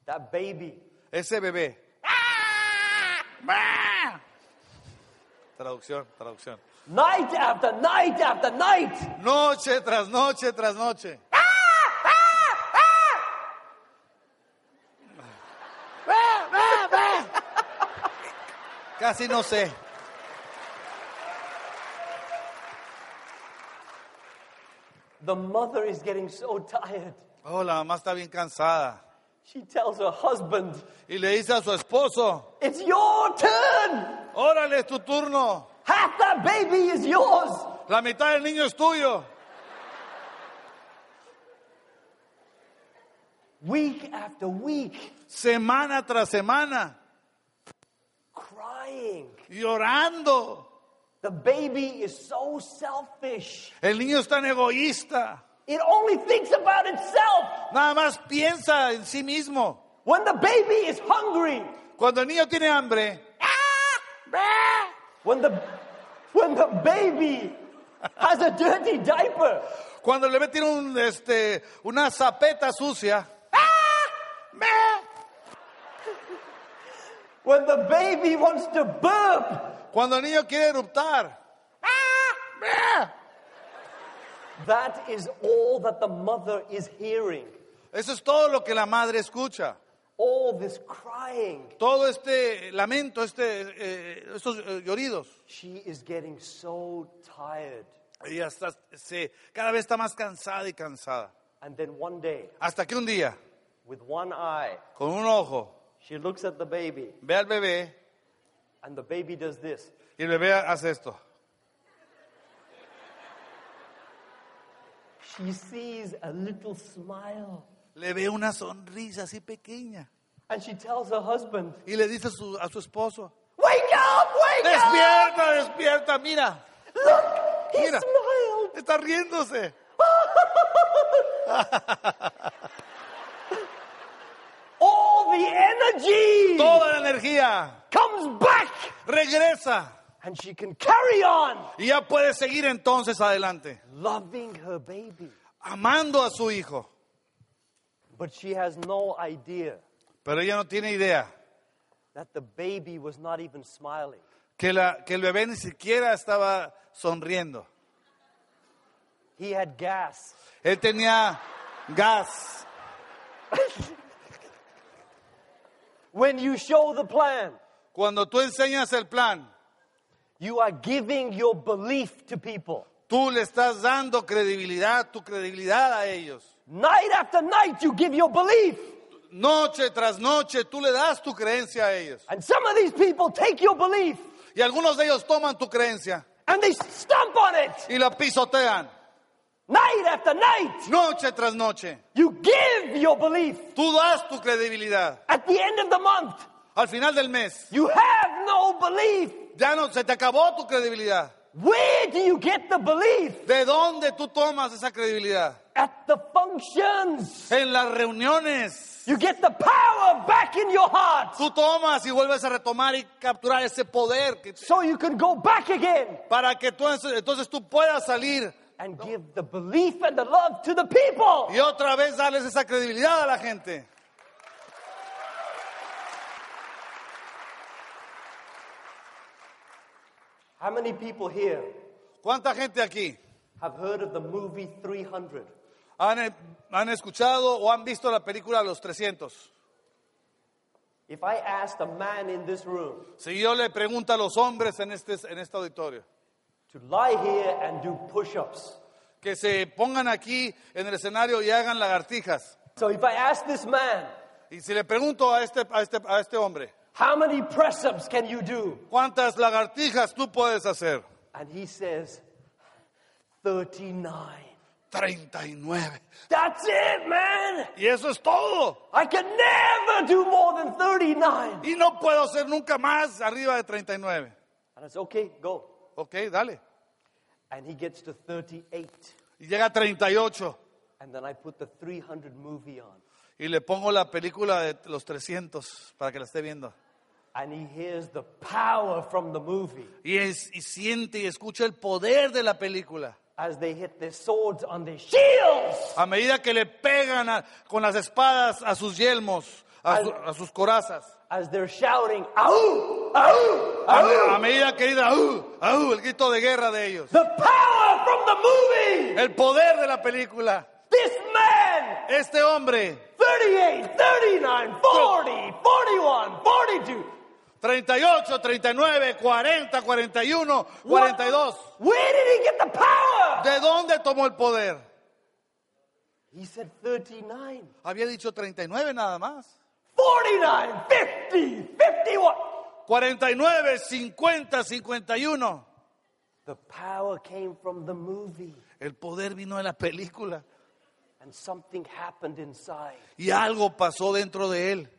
that baby ese bebé. ¡Ah! ¡Ah! Traducción, traducción. night after night after night Noche tras noche tras noche. ¡Ah! ¡Ah! ¡Ah! Casi no sé. the mother is getting so tired Oh, la mamá está bien cansada. she tells her husband Y le dice a su esposo, it's your turn órale, es tu turno. half that baby is yours La mitad del niño es tuyo. week after week Semana tras semana. crying Llorando. the baby is so selfish El niño es tan egoísta. it only thinks about itself Nada más piensa en sí mismo. when the baby is hungry Cuando el niño tiene hambre, when the when the baby has a dirty diaper cuando le meten un, este, una zapeta sucia, when the baby wants to burp cuando el niño quiere eruptar, That is all that the mother is hearing. eso es todo lo que la madre escucha. All this crying. Todo este lamento, este, eh, estos eh, lloridos. She is getting so tired. Ella está, se, cada vez está más cansada y cansada. And then one day, Hasta que un día, with one eye, con un ojo, she looks at the baby, ve al bebé and the baby does this. y el bebé hace esto. She sees a little smile. Le ve una sonrisa así pequeña And she tells her husband, y le dice a su, a su esposo, Wake up, wake up! despierta, despierta, mira, Look, he Mira. smiled. está está riéndose. All the energy Toda la energía comes back regresa and she can carry on y ya puede seguir entonces adelante, loving her baby. amando a su hijo. But she has no idea Pero ella no tiene idea that the baby was not even smiling. que, la, que el bebé ni siquiera estaba sonriendo. He had gas. Él tenía gas. When you show the plan, Cuando tú enseñas el plan, you are giving your belief to people. tú le estás dando credibilidad, tu credibilidad a ellos. Night after night, you give your belief. Noche tras noche tú le das tu creencia a ellos. And some of these people take your belief Y algunos de ellos toman tu creencia and they stomp on it. y la pisotean. Night after night, Noche tras noche you give your belief. tú das tu credibilidad. At the end of the month, Al final del mes you have no belief. ya no se te acabó tu credibilidad. Where do you get the belief? ¿De dónde tú tomas esa credibilidad? At the functions. En las reuniones You get the power back in your heart tú tomas y vuelves a retomar y capturar ese poder que- so you can go back again para que tú entonces- entonces tú puedas salir and give the belief and the love to the people. y otra vez darles esa credibilidad a la gente. How many people here ¿Cuánta gente aquí have heard of the movie 300? han, eh, han escuchado o han visto la película Los 300? If I asked a man in this room Si yo le pregunto a los hombres en este, en este auditorio to lie here and do push ups. que se pongan aquí en el escenario y hagan lagartijas, So if I ask this man, y si le pregunto a este, a este, a este hombre, how many press ups can you do? ¿cuántas lagartijas tú puedes hacer? And he says, 39. 39. That's it, man. Y eso es todo. I can never do more than 39. Y no puedo hacer nunca más arriba de 39. And it's okay, go. Ok, dale. And he gets to 38. Y llega a 38 And then I put the 300 movie on. y le pongo la película de los 300 para que la esté viendo. And he hears the power from the movie Y, es, y siente y escucha el poder de la película. as they hit their swords on their shields. A medida que le pegan a- con las espadas a sus yelmos, a, su- a sus corazas. As they're shouting, Au! Au! A, me- a Au! medida que dicen, "Aú, aú", el grito de guerra de ellos. The power from the movie! El poder de la película. This man! Este hombre, 38, 39, 40, 41, 42. 38, 39, 40, 41, 42. Where did he get the power? ¿De dónde tomó el poder? He said 39, Había dicho 39 nada más. 49, 50, 51. 49, 50, 51. The power came from the movie. El poder vino de la película and something happened inside. y algo pasó dentro de él.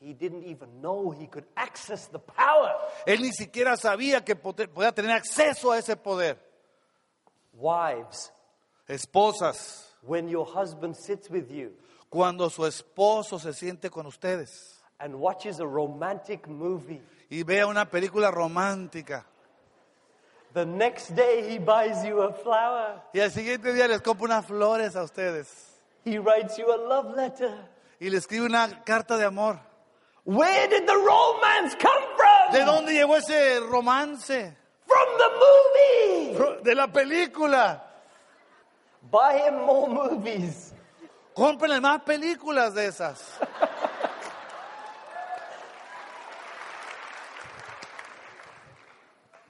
He didn't even know he could access the power. Él ni siquiera sabía que pot- podía tener acceso a ese poder. Wives, Esposas, when your husband sits with you cuando su esposo se siente con ustedes and watches a romantic movie, y vea una película romántica the next day he buys you a flower, y al siguiente día les compra unas flores a ustedes he writes you a love letter. y le escribe una carta de amor. Where did the romance come from? ¿De dónde llegó ese romance? From the movie! Ro- De la película. Buy him more movies. Cómprenle más películas de esas.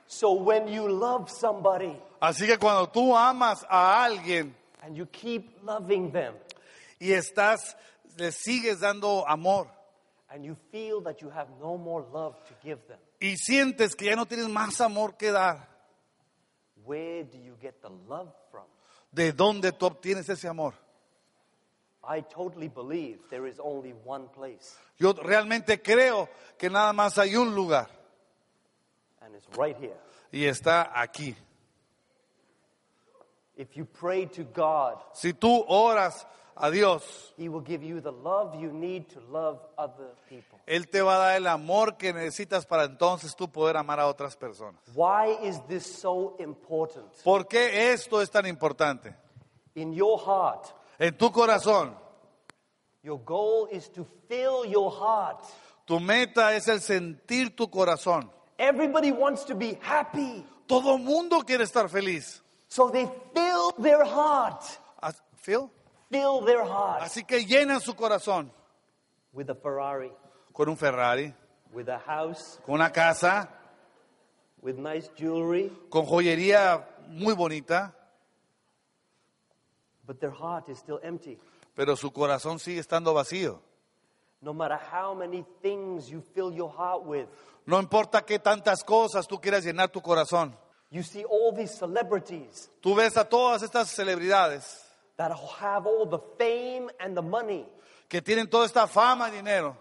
So when you love somebody Así que cuando tú amas a alguien and you keep loving them y estás, le sigues dando amor and you feel that you have no more love to give them, y sientes que ya no tienes más amor que dar, Where do you get the love from? ¿de dónde tú obtienes ese amor? I totally believe there is only one place, Yo realmente creo que nada más hay un lugar and it's right here. y está aquí. If you pray to God, Si tú oras a Dios, He will give you the love you need to love other people. Él te va a dar el amor que necesitas para entonces tú poder amar a otras personas. Why is this so important? ¿Por qué esto es tan importante? In your heart, En tu corazón, your goal is to fill your heart. tu meta es el sentir tu corazón. Everybody wants to be happy, Todo mundo quiere estar feliz. so they fill their heart, As- Phil, fill their heart Así que llenan su corazón with a Ferrari, con un Ferrari, with a house, con una casa, with nice jewelry, con joyería muy bonita, but their heart is still empty. pero su corazón sigue estando vacío. No matter how many things you fill your heart with, No importa qué tantas cosas tú quieras llenar tu corazón. you see all these celebrities Tú ves a todas estas celebridades that have all the fame and the money, que tienen toda esta fama y dinero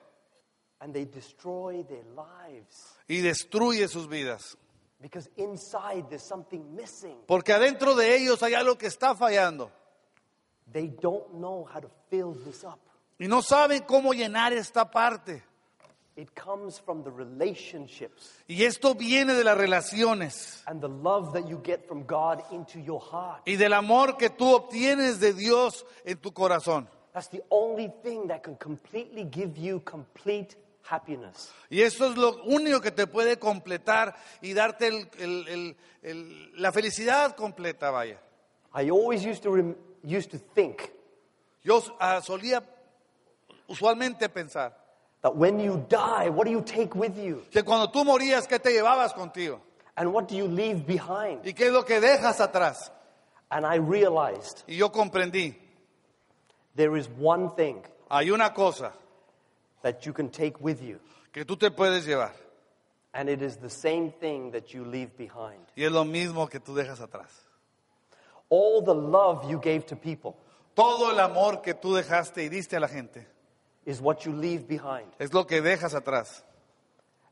and they destroy their lives y destruye sus vidas. because inside there's something missing. Porque adentro de ellos hay algo que está fallando They don't know how to fill this up. y no saben cómo llenar esta parte. It comes from the relationships Y esto viene de las relaciones and the love that you get from God into your heart. y del amor que tú obtienes de Dios en tu corazón. That's the only thing that can completely give you complete happiness. Y esto es lo único que te puede completar y darte el- el- el- el- la felicidad completa, vaya. I always used to, rem- used to think Yo ah, solía usualmente pensar that when you die, what do you take with you? que cuando tú morías, ¿qué te llevabas contigo? And what do you leave behind? ¿Y qué es lo que dejas atrás? And I realized Y yo comprendí, there is one thing hay una cosa that you can take with you, que tú te puedes llevar and it is the same thing that you leave behind. y es lo mismo que tú dejas atrás. All the love you gave to people Todo el amor que tú dejaste y diste a la gente is what you leave behind. es lo que dejas atrás.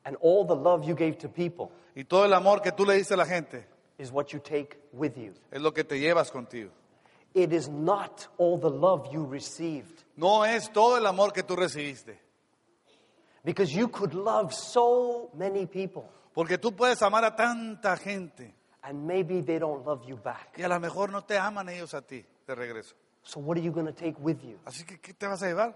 And all the love you gave to people Y todo el amor que tú le diste a la gente is what you take with you. es lo que te llevas contigo. It is not all the love you received. No es todo el amor que tú recibiste. Because you could love so many people, Porque tú puedes amar a tanta gente and maybe they don't love you back. y a lo mejor no te aman ellos a ti de regreso. So, what are you going to take with you? Así que, ¿qué te vas a llevar?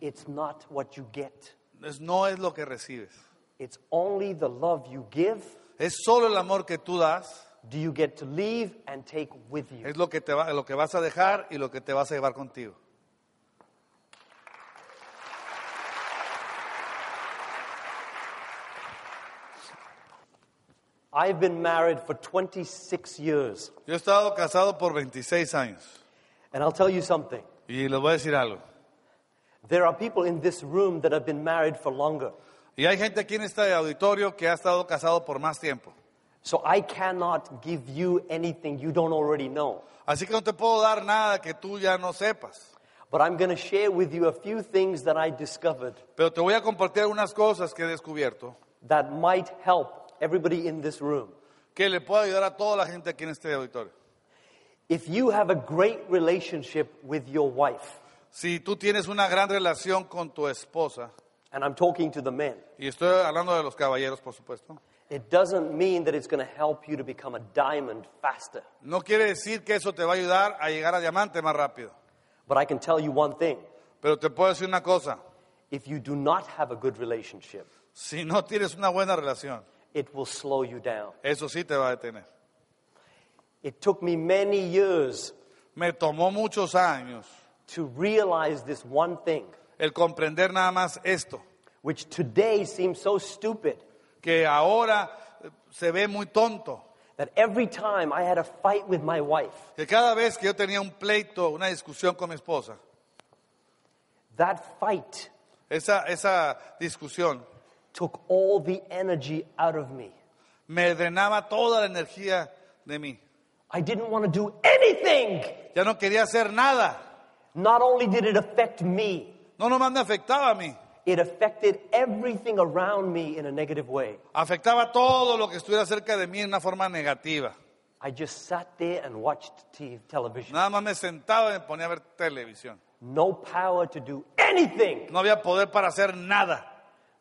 It's not what you get, Es- no es lo que recibes. it's only the love you give Es solo el amor que tú das, do you get to leave and take with you. es lo que, te va- lo que vas a dejar y lo que te vas a llevar contigo. I've been married for 26 years, Yo he estado casado por 26 años and I'll tell you something. y les voy a decir algo. There are people in this room that have been married for longer. Y hay gente aquí en este auditorio que ha estado casado por más tiempo. So I cannot give you anything you don't already know. Así que no te puedo dar nada que tú ya no sepas. But I'm going to share with you a few things that I discovered Pero te voy a compartir unas cosas que he descubierto that might help everybody in this room. que le puedo ayudar a toda la gente aquí en este auditorio. If you have a great relationship with your wife, Si tú tienes una gran relación con tu esposa, and I'm talking to the men, y estoy hablando de los caballeros, por supuesto, it doesn't mean that it's going to help you to become a diamond faster. no quiere decir que eso te va a ayudar a llegar a diamante más rápido. But I can tell you one thing Pero te puedo decir una cosa, if you do not have a good relationship, si no tienes una buena relación, it will slow you down. eso sí te va a detener. It took me many years Me tomó muchos años to realize this one thing, el comprender nada más esto, which today seems so stupid que ahora eh, se ve muy tonto, that every time I had a fight with my wife, que cada vez que yo tenía un pleito, una discusión con mi esposa, that fight esa, esa discusión took all the energy out of me. me drenaba toda la energía de mí. I didn't want to do anything. Ya no quería hacer nada. Not only did it affect me, No nomás me afectaba a mí, it affected everything around me in a negative way. afectaba todo lo que estuviera cerca de mí en una forma negativa. I just sat there and watched t- television. Nada más me sentaba y me ponía a ver televisión. No power to do anything. No había poder para hacer nada.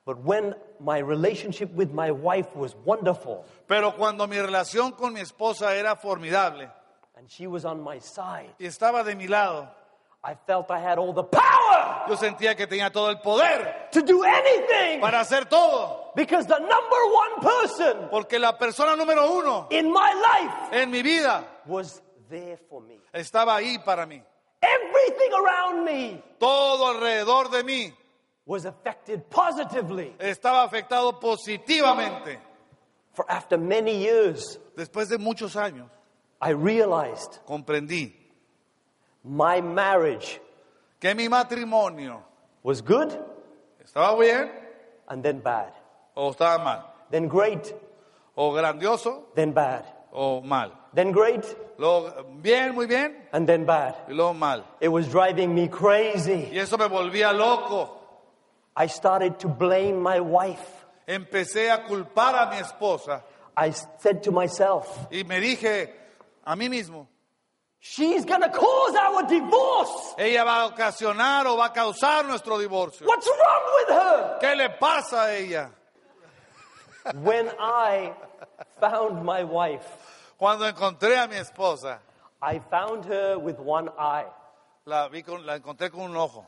But when my relationship with my wife was wonderful Pero cuando mi relación con mi esposa era formidable and she was on my side, y estaba de mi lado, I felt I had all the power yo sentía que tenía todo el poder to do anything para hacer todo. because the number one person Porque la persona número uno in my life en mi vida was there for me. estaba ahí para mí. Everything around me Todo alrededor de mí was affected positively. estaba afectado positivamente. For after many years, Después de muchos años, I realized comprendí my marriage que mi matrimonio was good estaba bien and then bad, o estaba mal, then great, o grandioso then bad, o mal. then great Luego bien, muy bien, and then bad. y luego mal. It was driving me crazy. Y eso me volvía loco. I started to blame my wife. Empecé a culpar a mi esposa I said to myself, y me dije a mí mismo, she's gonna cause our divorce. ella va a ocasionar o va a causar nuestro divorcio. What's wrong with her? ¿Qué le pasa a ella? When I found my wife, Cuando encontré a mi esposa, I found her with one eye. la, vi con, la encontré con un ojo.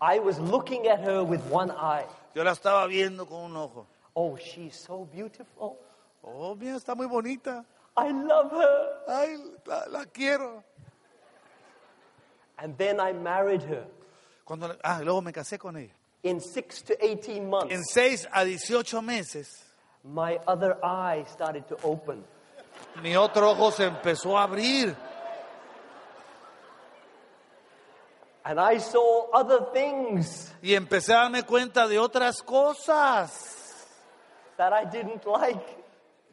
I was looking at her with one eye. Yo la estaba viendo con un ojo. Oh, she's so beautiful. Oh, mira, está muy bonita. I love her. Ay, la, la quiero. And then I married her. Cuando, ah, y luego me casé con ella. In six to 18 months, En 6 a 18 meses, my other eye started to open. mi otro ojo se empezó a abrir. And I saw other things Y empecé a darme cuenta de otras cosas that I didn't like.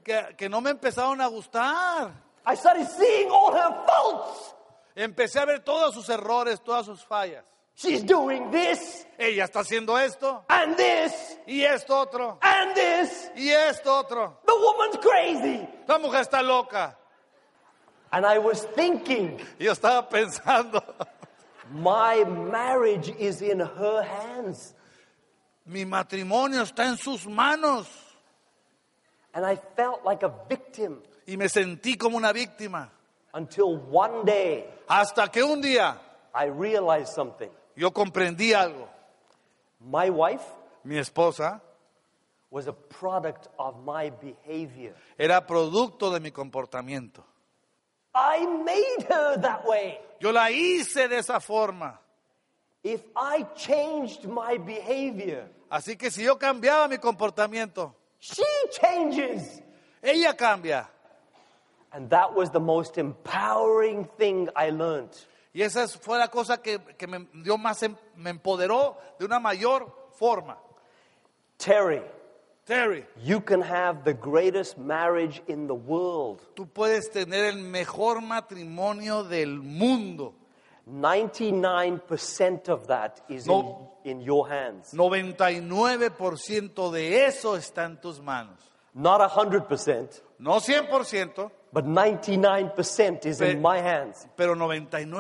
que, que no me empezaron a gustar. I started seeing all her faults. Empecé a ver todos sus errores, todas sus fallas. She's doing this Ella está haciendo esto, and this y esto otro, and this. y esto otro. The woman's crazy. La mujer está loca. And I was thinking, Y yo estaba pensando, my marriage is in her hands. mi matrimonio está en sus manos. And I felt like a victim Y me sentí como una víctima. until one day Hasta que un día I realized something. yo comprendí algo. My wife Mi esposa was a product of my behavior. era producto de mi comportamiento. I made her that way. Yo la hice de esa forma. If I changed my behavior, Así que si yo cambiaba mi comportamiento, she changes. ella cambia. And that was the most empowering thing I learned. Y esa es- fue la cosa que, que me dio más, em- me empoderó de una mayor forma. Terry, Terry, you can have the greatest marriage in the world. tú puedes tener el mejor matrimonio del mundo. 99% of that is No. in, in your hands, 99% de eso está en tus manos. not 100%. No 100%, But 99% is Pe- in my hands. pero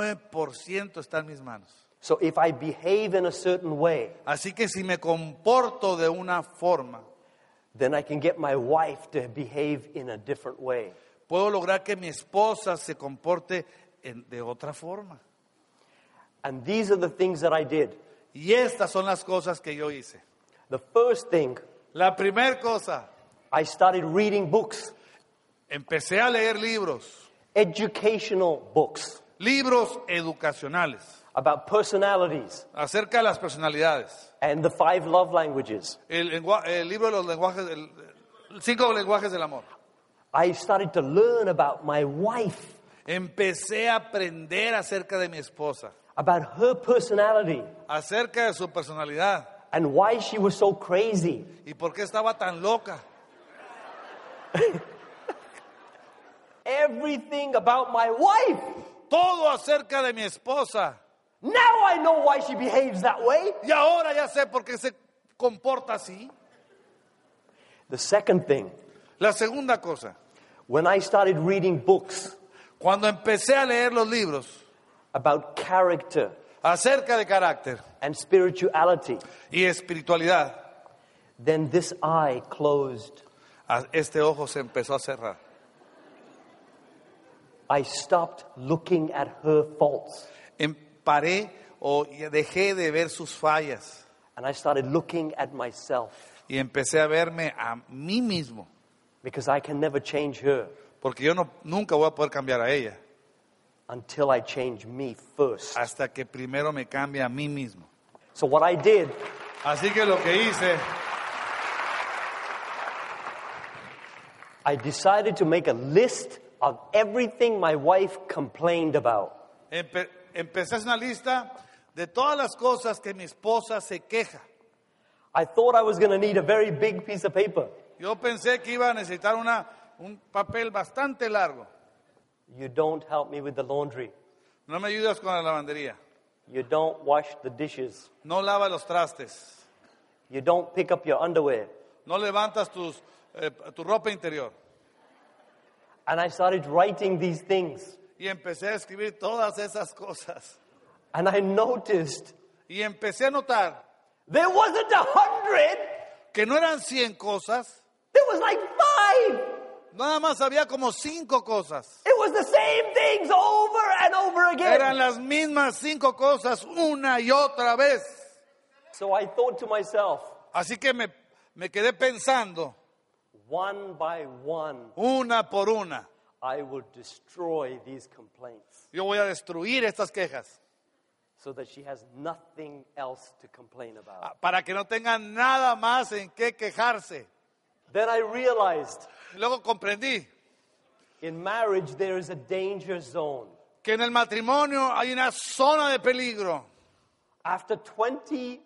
99% está en mis manos. So if I behave in a certain way, Así que si me comporto de una forma, then I can get my wife to behave in a different way. puedo lograr que mi esposa se comporte en- de otra forma. And these are the things that I did. Y estas son las cosas que yo hice. The first thing, La primera cosa, I started reading books, empecé a leer libros, educational books libros educacionales about personalities acerca de las personalidades. and the five love languages. El, lengua- el libro de los lenguajes, el- el- cinco lenguajes del amor. I started to learn about my wife, Empecé a aprender acerca de mi esposa, about her personality acerca de su personalidad and why she was so crazy. y por qué estaba tan loca. Everything about my wife. Todo acerca de mi esposa. Now I know why she behaves that way. Y ahora ya sé por qué se comporta así. The second thing La segunda cosa, When I started reading books Cuando empecé a leer los libros about character acerca de carácter and spirituality, y espiritualidad, then this eye closed. a- este ojo se empezó a cerrar. I stopped looking at her faults Em- paré o y dejé de ver sus fallas and I started looking at myself y empecé a verme a mí mismo, because I can never change her porque yo no, nunca voy a poder cambiar a ella until I change me first. hasta que primero me cambie a mí mismo. So what I did, Así que lo que hice, I decided to make a list of everything my wife complained about. empe- empecé a hacer una lista de todas las cosas que mi esposa se queja. I thought I was going to need a very big piece of paper. Yo pensé que iba a necesitar una, un papel bastante largo. You don't help me with the laundry. No me ayudas con la lavandería. You don't wash the dishes. No lava los trastes. You don't pick up your underwear. No levantas tus, eh, tu ropa interior. And I started writing these things. Y empecé a escribir todas esas cosas. And I noticed Y empecé a notar there wasn't a hundred, que no eran 100 cosas. there was like five. Nada más había como cinco cosas. It was the same things over and over Eran again. las mismas cinco cosas una y otra vez. So I thought to myself, Así que me, me quedé pensando one by one, una por una. I will destroy these complaints Yo voy a destruir estas quejas so that she has nothing else to complain about. ah, para que no tengan nada más en qué quejarse. Then I realized Luego comprendí in marriage there is a danger zone. que en el matrimonio hay una zona de peligro. After 20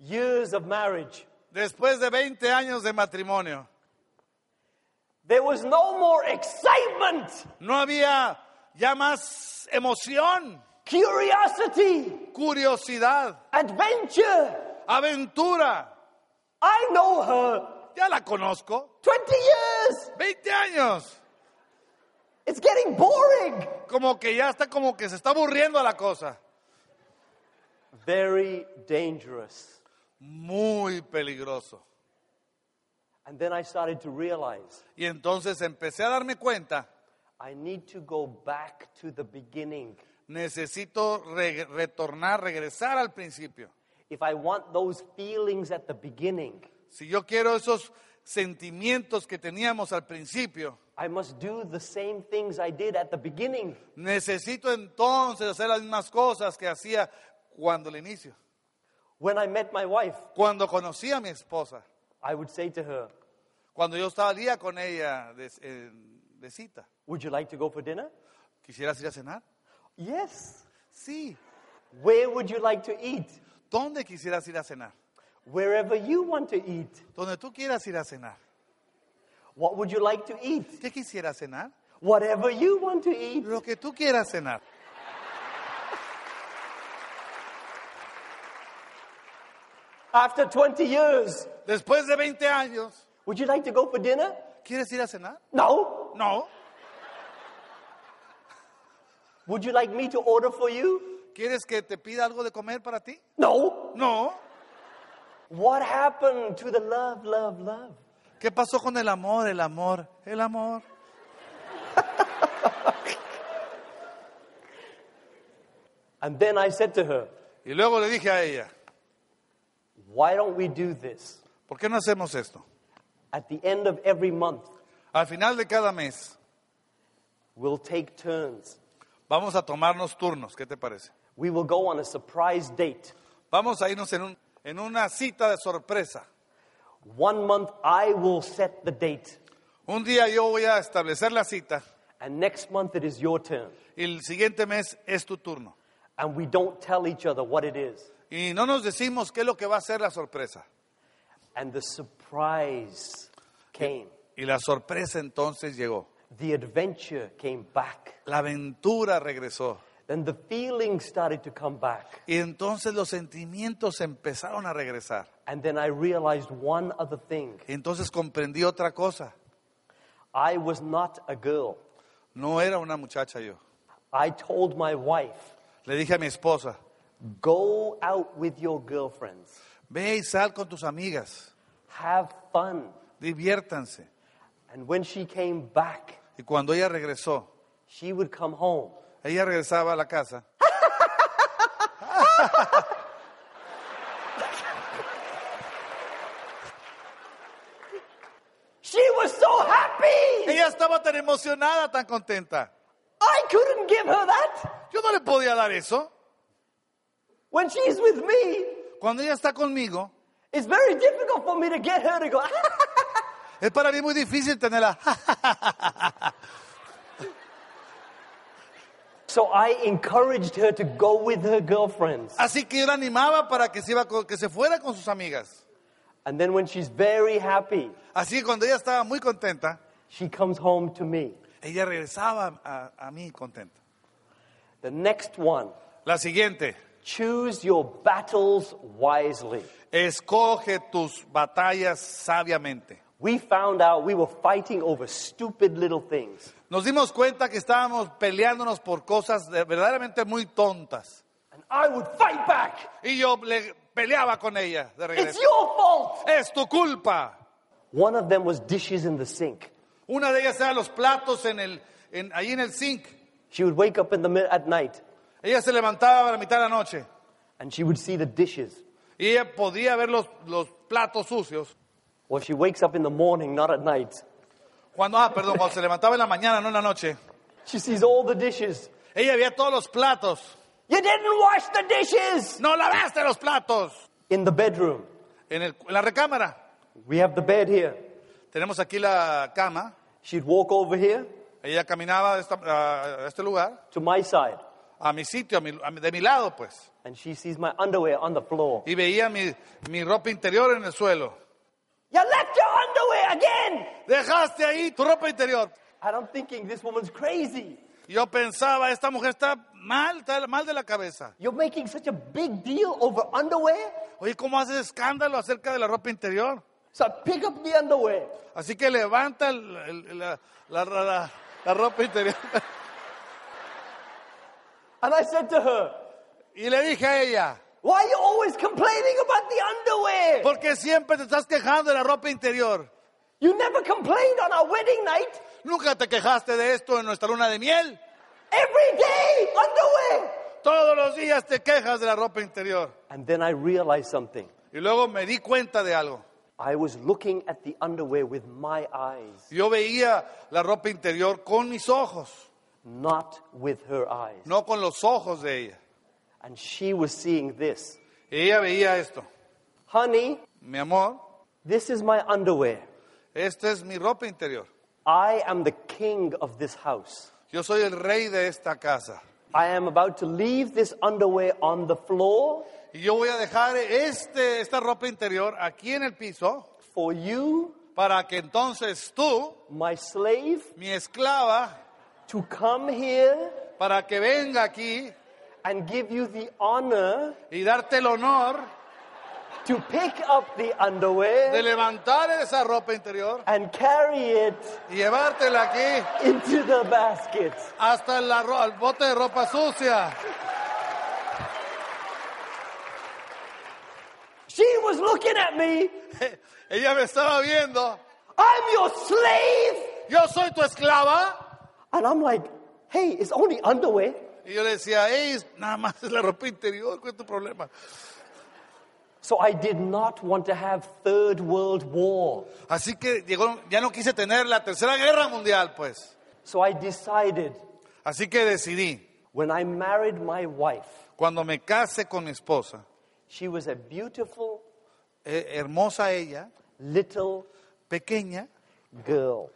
years of marriage, Después de 20 años de matrimonio, there was no more excitement, no había ya más emoción, curiosity, curiosidad, adventure. aventura. I know her Ya la conozco. 20 years. 20 años. It's getting boring. Como que ya está como que se está aburriendo la cosa. Very dangerous. Muy peligroso. And then I started to realize Y entonces empecé a darme cuenta, I need to go back to the beginning. necesito re- retornar, regresar al principio. If I want those feelings at the beginning, Si yo quiero esos sentimientos que teníamos al principio, I must do the same things I did at the beginning. necesito entonces hacer las mismas cosas que hacía cuando al inicio. When I met my wife, Cuando conocí a mi esposa, I would say to her, cuando yo estaba al día con ella de, eh, de cita, Would you like to go for dinner? ¿quisieras ir a cenar? Yes. Sí. Where would you like to eat? ¿Dónde quisieras ir a cenar? Wherever you want to eat. Donde tú quieras ir a cenar. What would you like to eat? ¿Qué quisieras cenar? Whatever you want to eat. Lo que tú quieras cenar. After 20 years, Después de 20 años, would you like to go for dinner? ¿quieres ir a cenar? No. No. Would you like me to order for you? ¿Quieres que te pida algo de comer para ti? No. No. What happened to the love, love, love? ¿Qué pasó con el amor, el amor, el amor? And then I said to her, Y luego le dije a ella, Why don't we do this? ¿por qué no hacemos esto? At the end of every month, Al final de cada mes we'll take turns. vamos a tomarnos turnos, ¿qué te parece? We will go on a surprise date. Vamos a irnos en, un- en una cita de sorpresa. One month, I will set the date. Un día yo voy a establecer la cita And next month, it is your turn. y el siguiente mes es tu turno. And we don't tell each other what it is. Y no nos decimos qué es lo que va a ser la sorpresa. And the surprise came. Y la sorpresa entonces llegó. The adventure came back. La aventura regresó. Then the feelings started to come back. Y entonces los sentimientos empezaron a regresar. And then I realized one other thing. Entonces comprendí otra cosa. I was not a girl. No era una muchacha yo. I told my wife, Le dije a mi esposa, go out with your girlfriends, ve y sal con tus amigas, have fun. diviértanse. And when she came back, Y cuando ella regresó, she would come home ella regresaba a la casa She was so happy. Ella estaba tan emocionada, tan contenta. I couldn't give her that. Yo no le podía dar eso. When she's with me, Cuando ella está conmigo, it's very difficult for me to get her to go. es para mí muy difícil tenerla. so I encouraged her to go with her girlfriends. Así que yo la animaba para que se, iba con- que se fuera con sus amigas. And then when she's very happy, Así que cuando ella estaba muy contenta, she comes home to me. ella regresaba a, a mí contenta. The next one La siguiente, choose your battles wisely. escoge tus batallas sabiamente. We found out we were fighting over stupid little things. Nos dimos cuenta que estábamos peleándonos por cosas de- verdaderamente muy tontas. And I would fight back. Y yo le peleaba con ella de It's regreso. your fault. Es tu culpa. One of them was dishes in the sink. Una de ellas era los platos en el, en, ahí en el zinc. She would wake up in the mid- at night Ella se levantaba a la mitad de la noche and she would see the dishes. y ella podía ver los, los platos sucios. Or she wakes up in the morning, not at night. Cuando, ah, perdón, cuando se levantaba en la mañana, no en la noche. She sees all the dishes. Ella veía todos los platos. You didn't wash the dishes ¡No lavaste los platos! in the bedroom. En, el- en la recámara. We have the bed here. Tenemos aquí la cama. She'd walk over here Ella caminaba de esta- a, a este lugar, to my side a mi sitio, a mi- a mi- de mi lado, pues. and she sees my underwear on the floor. Y veía mi, mi ropa interior en el suelo. You left your underwear again! ¡Dejaste ahí tu ropa interior! And I'm thinking, this woman's crazy. Yo pensaba, esta mujer está mal, está mal de la cabeza. You're making such a big deal over underwear? Oye, ¿cómo haces escándalo acerca de la ropa interior? So I pick up the underwear. Así que levanta el- el- la, la- la- la- la ropa interior. And I said to her, Y le dije a ella, Why are you always complaining about the underwear? porque siempre te estás quejando de la ropa interior. You never complained on our wedding night. Nunca te quejaste de esto en nuestra luna de miel. Every day, underwear. Todos los días te quejas de la ropa interior. And then I realized something. Y luego me di cuenta de algo. I was looking at the underwear with my eyes, Yo veía la ropa interior con mis ojos, not with her eyes. no con los ojos de ella. And she was seeing this. Y ella veía esto. Honey, Mi amor, this is my underwear. esta es mi ropa interior. I am the king of this house. Yo soy el rey de esta casa. I am about to leave this underwear on the floor Y yo voy a dejar este, esta ropa interior aquí en el piso for you, para que entonces tú, my slave, mi esclava, to come here para que venga aquí and give you the honor y darte el honor to pick up the underwear de levantar esa ropa interior and carry it y llevártela aquí into the basket. hasta la ro- el bote de ropa sucia. She was looking at me. Ella me estaba viendo. I'm your slave. Yo soy tu esclava. And I'm like, hey, it's only underwear. Y yo le decía, hey, nada más es la ropa interior, ¿cuál es tu problema? So I did not want to have third world war. Así que llegó, ya no quise tener la tercera guerra mundial, pues. So I decided Así que decidí. when I married my wife, Cuando me case con mi esposa, she was a beautiful eh, hermosa ella, little pequeña, girl.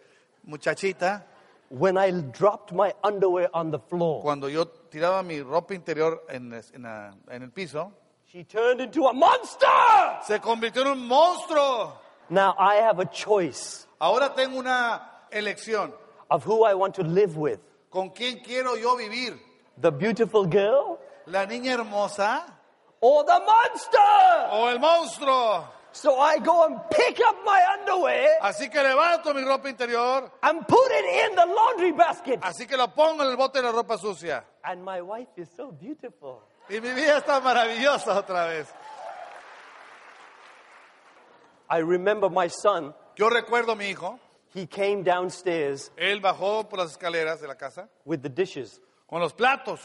muchachita, When I dropped my underwear on the floor, cuando yo tiraba mi ropa interior en, es- en la- en el piso, she turned into a monster. se convirtió en un monstruo. Now I have a choice Ahora tengo una elección. of who I want to live with. ¿Con quién quiero yo vivir? the beautiful girl ¿La niña hermosa or the monster? o el monstruo? So I go and pick up my underwear Así que levanto mi ropa interior, and put it in the laundry basket. así que la pongo en el bote de la ropa sucia. And my wife is so beautiful. Y mi vida está maravillosa otra vez. I remember my son, Yo recuerdo a mi hijo, he came downstairs él bajó por las escaleras de la casa with the dishes con los platos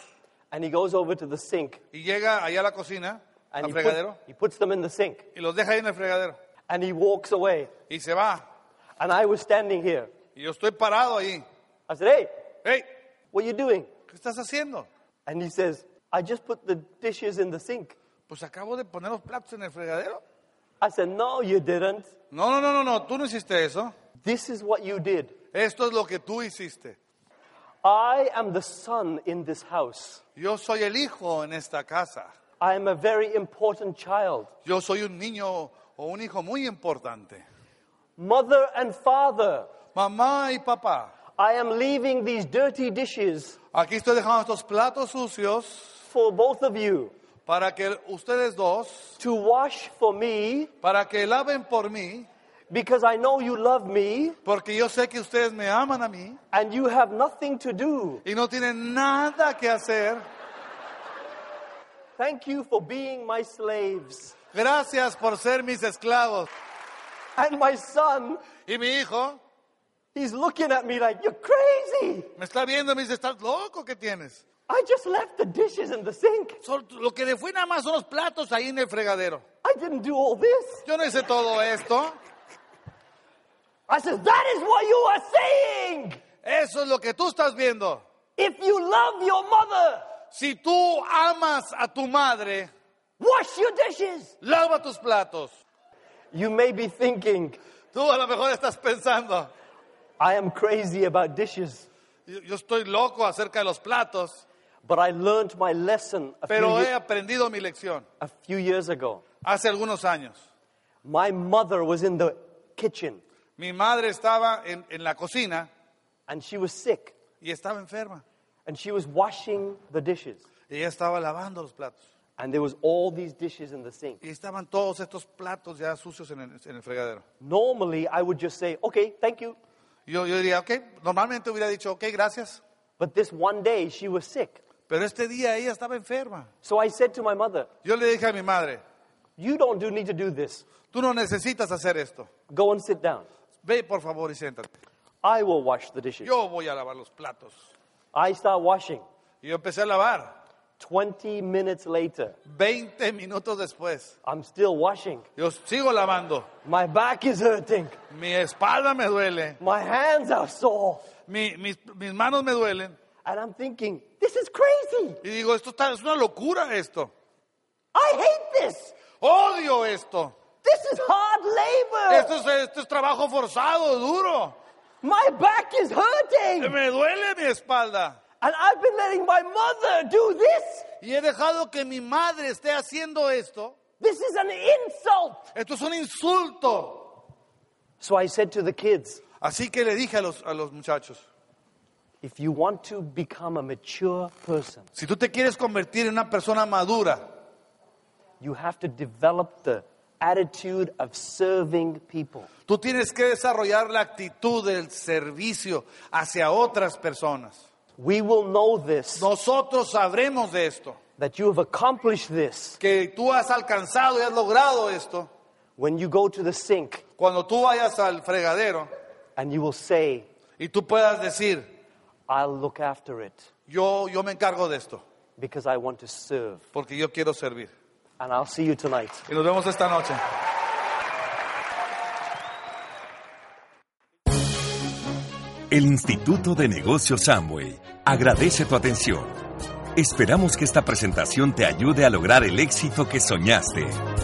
and he goes over to the sink y llega allá a la cocina, and al he, put- fregadero, he puts them in the sink y los deja ahí en el fregadero. and he walks away. Y se va. And I was standing here. Y yo estoy parado ahí. I said, Hey, Hey, what are you doing? ¿qué estás haciendo? And he says, I just put the dishes in the sink. Pues acabo de poner los platos en el fregadero. I said, No, you didn't. No, no, no, no, no, tú no hiciste eso. This is what you did. Esto es lo que tú hiciste. I am the son in this house. Yo soy el hijo en esta casa. I am a very important child. Yo soy un niño o un hijo muy importante. Mother and father, Mamá y papá, I am leaving these dirty dishes aquí estoy dejando estos platos sucios for both of you para que ustedes dos, to wash for me para que laven por mí, because I know you love me porque yo sé que ustedes me aman a mí and you have nothing to do. y no tienen nada que hacer. Thank you for being my slaves. Gracias por ser mis esclavos. And my son, Y mi hijo he's looking at me like, You're crazy. me está viendo y me dice, ¿estás loco que tienes? I just left the dishes in the sink. Sol- Lo que le fui nada más son los platos ahí en el fregadero. I didn't do all this. Yo no hice todo esto. I said, That is what you are saying. Eso es lo que tú estás viendo. If you love your mother, Si tú amas a tu madre, wash your dishes. lava tus platos. You may be thinking, Tú a lo mejor estás pensando, I am crazy about dishes, yo, yo estoy loco acerca de los platos, but I learned my lesson a few, pero ye- he aprendido mi lección a few years ago. hace algunos años. My mother was in the kitchen Mi madre estaba en, en la cocina and she was sick y estaba enferma. and she was washing the dishes. Ella estaba lavando los platos And there was all these dishes in the sink. y estaban todos estos platos ya sucios en el, en el fregadero. Normally, I would just say, okay, thank you. Yo, yo diría, ok, normalmente hubiera dicho, ok, gracias, But this one day, she was sick. pero este día ella estaba enferma. So I said to my mother, Yo le dije a mi madre, you don't do, need to do this. tú no necesitas hacer esto. Go and sit down. Ve por favor y siéntate. I will wash the dishes. Yo voy a lavar los platos. I start washing. Y yo empecé a lavar. 20 minutes later, 20 minutos después, I'm still washing. yo sigo lavando. My back is hurting. Mi espalda me duele. My hands are sore. Mi- mis, mis manos me duelen. And I'm thinking, this is crazy. Y digo, esto está- es una locura esto. I hate this. Odio esto. This is hard labor. Esto es, esto es trabajo forzado, duro. My back is hurting. Me duele mi espalda. And I've been letting my mother do this. Y he dejado que mi madre esté haciendo esto. This is an insult. Esto es un insulto. So I said to the kids, Así que le dije a los, a los muchachos, if you want to become a mature person, si tú te quieres convertir en una persona madura, you have to develop the attitude of serving people. Tú tienes que desarrollar la actitud del servicio hacia otras personas. We will know this, Nosotros sabremos de esto, that you have accomplished this que tú has alcanzado y has logrado esto. when you go to the sink Cuando tú vayas al fregadero and you will say, y tú puedas decir, I'll look after it yo, yo me encargo de esto, because I want to serve. porque yo quiero servir. And I'll see you tonight. Y nos vemos esta noche. El Instituto de Negocios Samway agradece tu atención. Esperamos que esta presentación te ayude a lograr el éxito que soñaste.